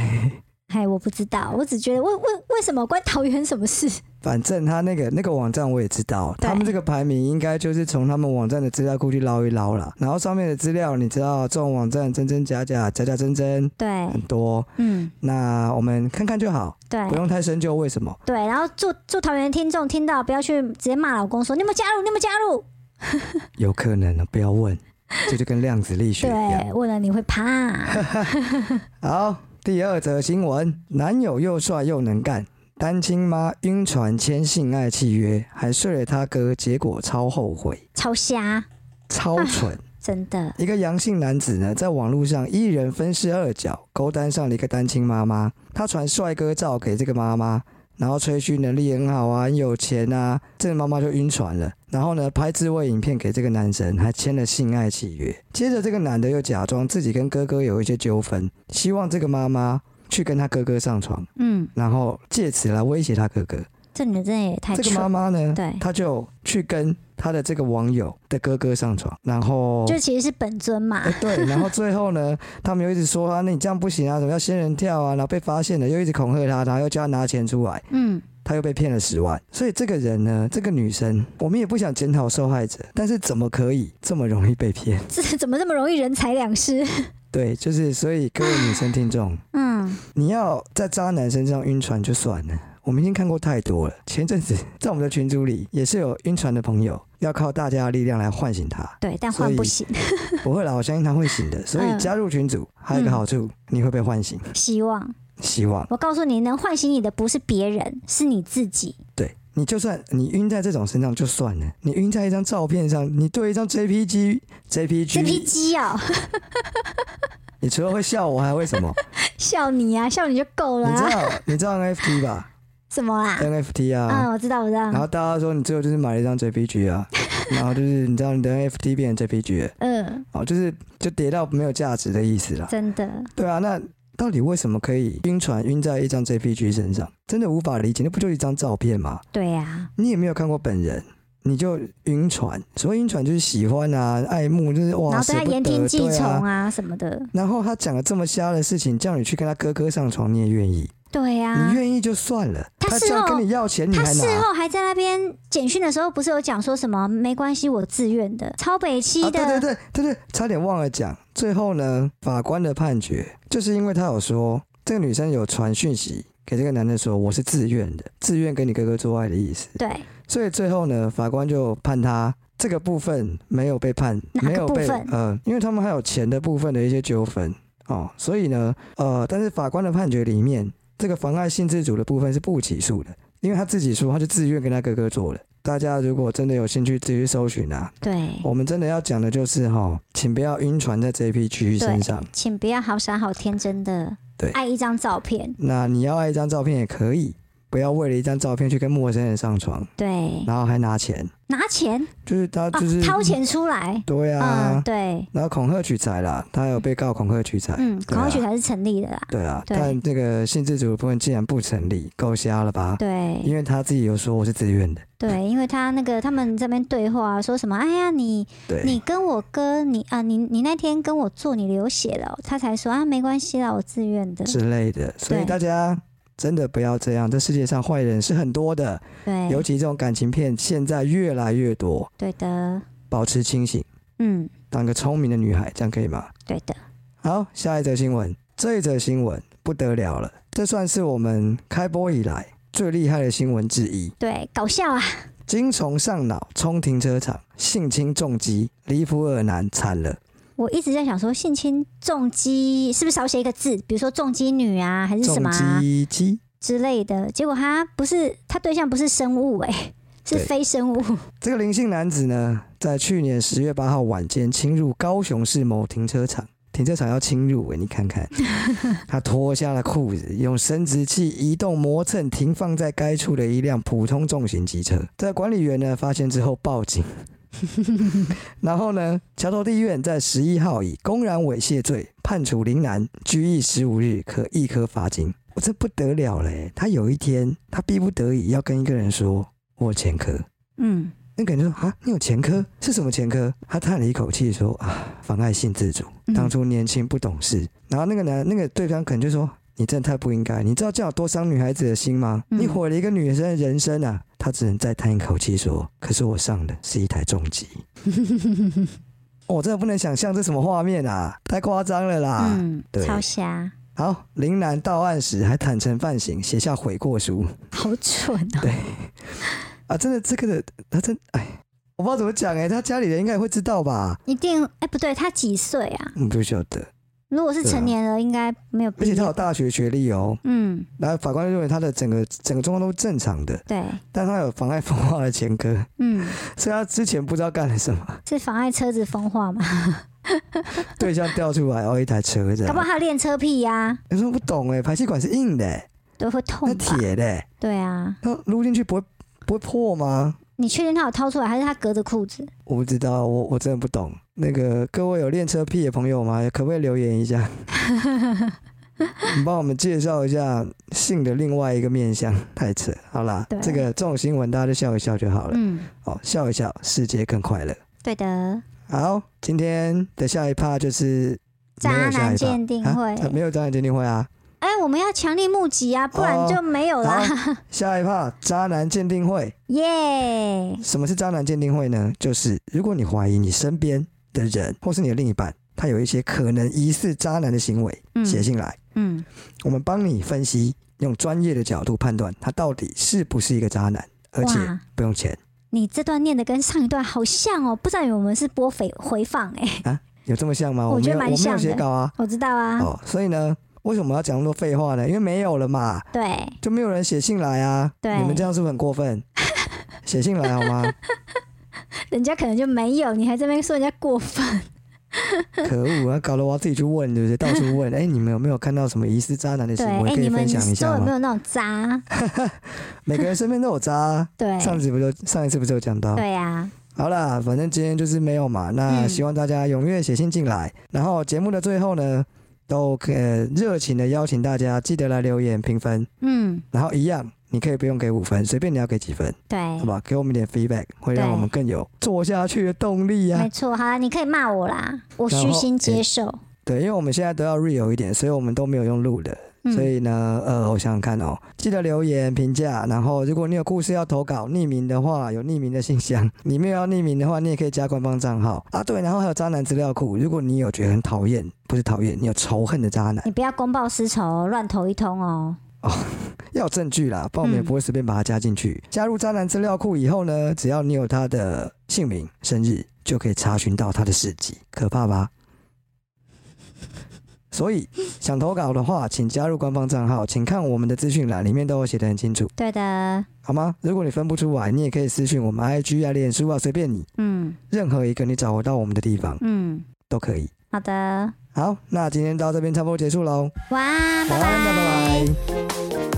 Speaker 2: 哎，我不知道，我只觉得为为为什么关桃园什么事？
Speaker 1: 反正他那个那个网站我也知道，
Speaker 2: 对
Speaker 1: 他们这个排名应该就是从他们网站的资料库去捞一捞啦。然后上面的资料，你知道这种网站真真假假，假假真真
Speaker 2: 对，
Speaker 1: 很多，
Speaker 2: 嗯，
Speaker 1: 那我们看看就好。
Speaker 2: 对
Speaker 1: 不用太深究为什么。
Speaker 2: 对，然后住住桃园的听众听到不要去直接骂老公说你有没有加入，你有没有加入？
Speaker 1: 有可能呢，不要问，这就跟量子力学一样。
Speaker 2: 对，问了你会怕。
Speaker 1: 好，第二则新闻：男友又帅又能干，单亲妈晕船签性爱契约，还睡了他哥，结果超后悔，
Speaker 2: 超瞎，
Speaker 1: 超蠢。
Speaker 2: 真的，
Speaker 1: 一个阳性男子呢，在网络上一人分饰二角，勾搭上了一个单亲妈妈。他传帅哥照给这个妈妈，然后吹嘘能力很好啊，很有钱啊，这个妈妈就晕船了。然后呢，拍自慰影片给这个男神，还签了性爱契约。接着这个男的又假装自己跟哥哥有一些纠纷，希望这个妈妈去跟他哥哥上床，
Speaker 2: 嗯，
Speaker 1: 然后借此来威胁他哥哥。
Speaker 2: 这女的真的也太
Speaker 1: 这个妈
Speaker 2: 蠢，
Speaker 1: 妈呢，
Speaker 2: 对
Speaker 1: 她就去跟她的这个网友的哥哥上床，然后
Speaker 2: 就其实是本尊嘛
Speaker 1: 哎，对，然后最后呢，他们又一直说啊，那你这样不行啊，怎么要仙人跳啊？然后被发现了，又一直恐吓他，然后又叫他拿钱出来，
Speaker 2: 嗯，
Speaker 1: 他又被骗了十万。所以这个人呢，这个女生，我们也不想检讨受害者，但是怎么可以这么容易被骗？
Speaker 2: 这 怎么这么容易人财两失？
Speaker 1: 对，就是所以各位女生听众，
Speaker 2: 嗯，
Speaker 1: 你要在渣男身上晕船就算了。我们已经看过太多了。前阵子在我们的群组里也是有晕船的朋友，要靠大家的力量来唤醒他。
Speaker 2: 对，但
Speaker 1: 所
Speaker 2: 换
Speaker 1: 以
Speaker 2: 不醒，
Speaker 1: 不会啦，我相信他会醒的。所以加入群组还有一个好处，你会被唤醒，
Speaker 2: 希望
Speaker 1: 希望。
Speaker 2: 我告诉你，能唤醒你的不是别人，是你自己。
Speaker 1: 对你，就算你晕在这种身上就算了，你晕在一张照片上，你对一张 JPG、
Speaker 2: 这批
Speaker 1: JPG、
Speaker 2: 鸡哦，
Speaker 1: 你除了会笑我，还会什么？
Speaker 2: 笑你啊，笑你就够了、
Speaker 1: 你知
Speaker 2: 啊。
Speaker 1: 道你知道 NFT 吧
Speaker 2: 什么啦？
Speaker 1: ？NFT 啊，
Speaker 2: 嗯，我知道，我知道
Speaker 1: 然。后大家说你最后就是买了一张 JPG 啊，然后就是你知道你的 NFT 变成 JPG，了
Speaker 2: 嗯，
Speaker 1: 哦，就是就跌到没有价值的意思啦。
Speaker 2: 真的，
Speaker 1: 对啊，那到底为什么可以晕船晕在一张 JPG 身上？真的无法理解，那不就一张照片吗？
Speaker 2: 对呀、
Speaker 1: 你也没有看过本人，你就晕船。所谓晕船就是喜欢啊、爱慕，就是
Speaker 2: 啊。然
Speaker 1: 哇，
Speaker 2: 后
Speaker 1: 舍
Speaker 2: 对他
Speaker 1: 不
Speaker 2: 言听
Speaker 1: 得，
Speaker 2: 计
Speaker 1: 对
Speaker 2: 从
Speaker 1: 啊。
Speaker 2: 啊什么的，
Speaker 1: 然后他讲了这么瞎的事情，叫你去跟他哥哥上床，你也愿意？
Speaker 2: 对呀、
Speaker 1: 你愿意就算了，
Speaker 2: 啊他
Speaker 1: 他
Speaker 2: 事
Speaker 1: 这样
Speaker 2: 后
Speaker 1: 跟你要钱，你啊
Speaker 2: 他
Speaker 1: 还
Speaker 2: 事
Speaker 1: 拿？
Speaker 2: 后还在那边简讯的时候，不是有讲说什么没关系，我自愿的，超北
Speaker 1: 啊，
Speaker 2: 七的，
Speaker 1: 对对对对对，差点忘了讲。最后呢，法官的判决就是因为他有说这个女生有传讯息给这个男的说我是自愿的，自愿跟你哥哥做爱的意思，
Speaker 2: 对
Speaker 1: 所以最后呢，法官就判他这个部分没有被判，
Speaker 2: 哪个
Speaker 1: 没有被
Speaker 2: 部分
Speaker 1: 呃，因为他们还有钱的部分的一些纠纷哦，所以呢，呃，但是法官的判决里面，这个妨碍性自主的部分是不起诉的，因为他自己说他就自愿跟他哥哥做了。大家如果真的有兴趣，自己去搜寻啊，
Speaker 2: 对，
Speaker 1: 我们真的要讲的就是哈，请不要晕船在 JPG 身上。
Speaker 2: 请不要好傻好天真的
Speaker 1: 对
Speaker 2: 爱一张照片，
Speaker 1: 那你要爱一张照片也可以，不要为了一张照片去跟陌生人上床，
Speaker 2: 嗯对，
Speaker 1: 然后还拿钱，
Speaker 2: 拿钱
Speaker 1: 就是他
Speaker 2: 啊
Speaker 1: 就是、
Speaker 2: 掏。钱出来，
Speaker 1: 对啊
Speaker 2: 嗯，，对，
Speaker 1: 然后恐吓取财啦，他有被告恐吓取财。
Speaker 2: 嗯，
Speaker 1: 对
Speaker 2: 口
Speaker 1: 啊
Speaker 2: 号曲才是成立的啦，
Speaker 1: 对啊，
Speaker 2: 对
Speaker 1: 但这个性自主的部分竟然不成立，够瞎了吧？
Speaker 2: 对，
Speaker 1: 因为他自己有说我是自愿的，
Speaker 2: 对，因为他那个他们这边对话说什么，哎呀，你你
Speaker 1: 对，
Speaker 2: 跟我哥，你啊，你你那天跟我做，你流血了哦，他才说啊，没关系啦，我自愿的。
Speaker 1: 之类的，所以
Speaker 2: 对
Speaker 1: 大家真的不要这样。这世界上坏人是很多的，尤
Speaker 2: 对，
Speaker 1: 其这种感情片现在越来越多，
Speaker 2: 对的，
Speaker 1: 保持清醒。
Speaker 2: 嗯，
Speaker 1: 当个聪明的女孩，这样可以吗？
Speaker 2: 对的，
Speaker 1: 好，下一则新闻，这一则新闻不得了了，这算是我们开播以来最厉害的新闻之一。
Speaker 2: 对，搞笑啊，
Speaker 1: 精虫上脑冲停车场，性侵重击，离谱尔男惨了，
Speaker 2: 我一直在想说，性侵重击是不是少写一个字，比如说重击女啊，还是什么
Speaker 1: 重
Speaker 2: 啊、
Speaker 1: 击机。
Speaker 2: 之类的，结果他不是他对象不是生物、 哎，是
Speaker 1: 对
Speaker 2: 非生物，
Speaker 1: 这个林姓男子呢，在去年十月八号晚间侵入高雄市某停车场，停车场要侵入、欸，你看看，他脱下了裤子，用生殖器移动磨蹭停放在该处的一辆普通重型机车。在管理员呢发现之后报警，然后呢，桥头地院在十一号以公然猥亵罪判处林男拘役十五日，可一科罚金。我这不得了嘞、欸他有一天，他逼不得已要跟一个人说：“我有前科。”
Speaker 2: 嗯，
Speaker 1: 那个人就说啊，你有前科是什么前科？他叹了一口气说啊，妨碍性自主，
Speaker 2: 嗯
Speaker 1: 当初年轻不懂事。然后那个男那个对方可能就说，你真的太不应该，你知道这样有多伤女孩子的心吗？
Speaker 2: 嗯
Speaker 1: 你毁了一个女生的人生啊！他只能再叹一口气说，可是我上的是一台重机。 哦我真的不能想象这什么画面啊！太夸张了啦！
Speaker 2: 嗯
Speaker 1: 啊对，
Speaker 2: 超瞎，
Speaker 1: 好，林南到案时还坦诚犯行，写下悔过书。
Speaker 2: 好蠢哦、
Speaker 1: 对啊，真的，这个的他真哎，我不知道怎么讲哎、他家里人应该也会知道吧？
Speaker 2: 一定，哎、不对，他几岁啊？
Speaker 1: 嗯，不晓得，
Speaker 2: 如果是
Speaker 1: 对啊
Speaker 2: 成年了，应该没有
Speaker 1: 而
Speaker 2: 必
Speaker 1: 且他
Speaker 2: 要。
Speaker 1: 有大学学历哦。
Speaker 2: 嗯，
Speaker 1: 然后法官认为他的整个整个状况都是正常的，
Speaker 2: 对，
Speaker 1: 但他有妨碍风化的前科，
Speaker 2: 嗯，
Speaker 1: 所以他之前不知道干了什 么，
Speaker 2: 是妨碍车子风化嘛？
Speaker 1: 对象调出来哦，一台车这
Speaker 2: 搞不好
Speaker 1: 样。
Speaker 2: 他有练车癖呀、
Speaker 1: 有时候不懂哎、排气管是硬的、欸，
Speaker 2: 都会
Speaker 1: 那
Speaker 2: 痛吧？
Speaker 1: 铁的、欸，
Speaker 2: 对啊，
Speaker 1: 它撸进去不会不会破吗？
Speaker 2: 你确定他有掏出来，还是他隔着裤子？
Speaker 1: 我不知道，我我真的不懂。那个各位有练车癖的朋友吗？可不可以留言一下？你帮我们介绍一下性的另外一个面向，太扯。好啦
Speaker 2: 对，
Speaker 1: 这个这种新闻大家就笑一笑就好了。
Speaker 2: 嗯，
Speaker 1: 哦，笑一笑，世界更快乐。
Speaker 2: 对的，
Speaker 1: 好，今天的下一趴就是
Speaker 2: 渣
Speaker 1: 没有下一
Speaker 2: 男
Speaker 1: 趴
Speaker 2: 鉴定会。
Speaker 1: 啊没有渣男鉴定会啊。
Speaker 2: 哎、我们要强力募集啊，不然
Speaker 1: 哦
Speaker 2: 就没有啦。
Speaker 1: 好，下一趴渣男鉴定会。
Speaker 2: 耶、
Speaker 1: 什么是渣男鉴定会呢？就是如果你怀疑你身边的人或是你的另一半，他有一些可能疑似渣男的行为，
Speaker 2: 嗯
Speaker 1: 写信来，
Speaker 2: 嗯，
Speaker 1: 我们帮你分析，用专业的角度判断他到底是不是一个渣男，而且
Speaker 2: 哇，
Speaker 1: 不用钱
Speaker 2: 你这段念的跟上一段好像哦，不知道有没有是播回回放哎、
Speaker 1: 啊，有这么像吗？
Speaker 2: 我
Speaker 1: 没
Speaker 2: 觉
Speaker 1: 有，
Speaker 2: 得
Speaker 1: 我
Speaker 2: 蛮
Speaker 1: 没有
Speaker 2: 像的
Speaker 1: 写稿啊，
Speaker 2: 我知道啊，
Speaker 1: 哦，所以呢，为什么要讲那么多废话呢？因为没有了嘛，
Speaker 2: 对，
Speaker 1: 就没有人写信来啊。
Speaker 2: 对
Speaker 1: 你们这样是不是很过分？ 写信来好吗？
Speaker 2: 人家可能就没有，你还在那边说人家过分，
Speaker 1: 可恶啊！搞得我要自己去问，对不对？到处问，哎、你们有没有看到什么疑似渣男的
Speaker 2: 对，
Speaker 1: 行
Speaker 2: 哎、
Speaker 1: 为？可以
Speaker 2: 你们
Speaker 1: 分享一
Speaker 2: 都
Speaker 1: 下
Speaker 2: 有没
Speaker 1: 吗？
Speaker 2: 有那种渣？
Speaker 1: 每个人身边都有渣啊、
Speaker 2: 对，
Speaker 1: 上次不就上一次不就有讲到？
Speaker 2: 对啊，
Speaker 1: 好啦，反正今天就是没有嘛。那
Speaker 2: 嗯
Speaker 1: 希望大家踊跃写信进来，然后节目的最后呢，都可呃热情的邀请大家记得来留言评分，
Speaker 2: 嗯，
Speaker 1: 然后一样。你可以不用给五分，随便你要给几分，
Speaker 2: 对
Speaker 1: 好，吧？给我们一点 feedback，会让
Speaker 2: 嗯对
Speaker 1: 我们更有做下去的动力呀、
Speaker 2: 没错。好啦，你可以骂我啦，我
Speaker 1: 啊然后
Speaker 2: 虚心接
Speaker 1: 哎
Speaker 2: 受。
Speaker 1: 对，因为我们现在都要 real 一点，所以我们都没有用录的。
Speaker 2: 嗯，
Speaker 1: 所以呢，呃，我想想看哦，记得留言评价，然后如果你有故事要投稿，匿名的话有匿名的信箱，你没有要匿名的话，你也可以加官方账号啊。对，然后还有渣男资料库，如果你有觉得很讨厌，不是讨厌，你有仇恨的渣男，
Speaker 2: 你不要公报私仇哦，乱投一通哦。
Speaker 1: 要有证据啦，不然我们也
Speaker 2: 嗯
Speaker 1: 不会随便把它加进去。加入渣男资料库以后呢，只要你有他的姓名、生日，就可以查询到他的事迹，可怕吧？所以想投稿的话，请加入官方账号，请看我们的资讯栏，里面都有写得很清楚。
Speaker 2: 对的，
Speaker 1: 好吗？如果你分不出来，你也可以私讯我们 IG 啊、脸书啊，随便你，
Speaker 2: 嗯
Speaker 1: 任何一个你找得到我们的地方
Speaker 2: 嗯，
Speaker 1: 都可以。
Speaker 2: 好的，
Speaker 1: 好，那今天到这边差不多结束喽，
Speaker 2: 晚安，
Speaker 1: 晚安，拜拜。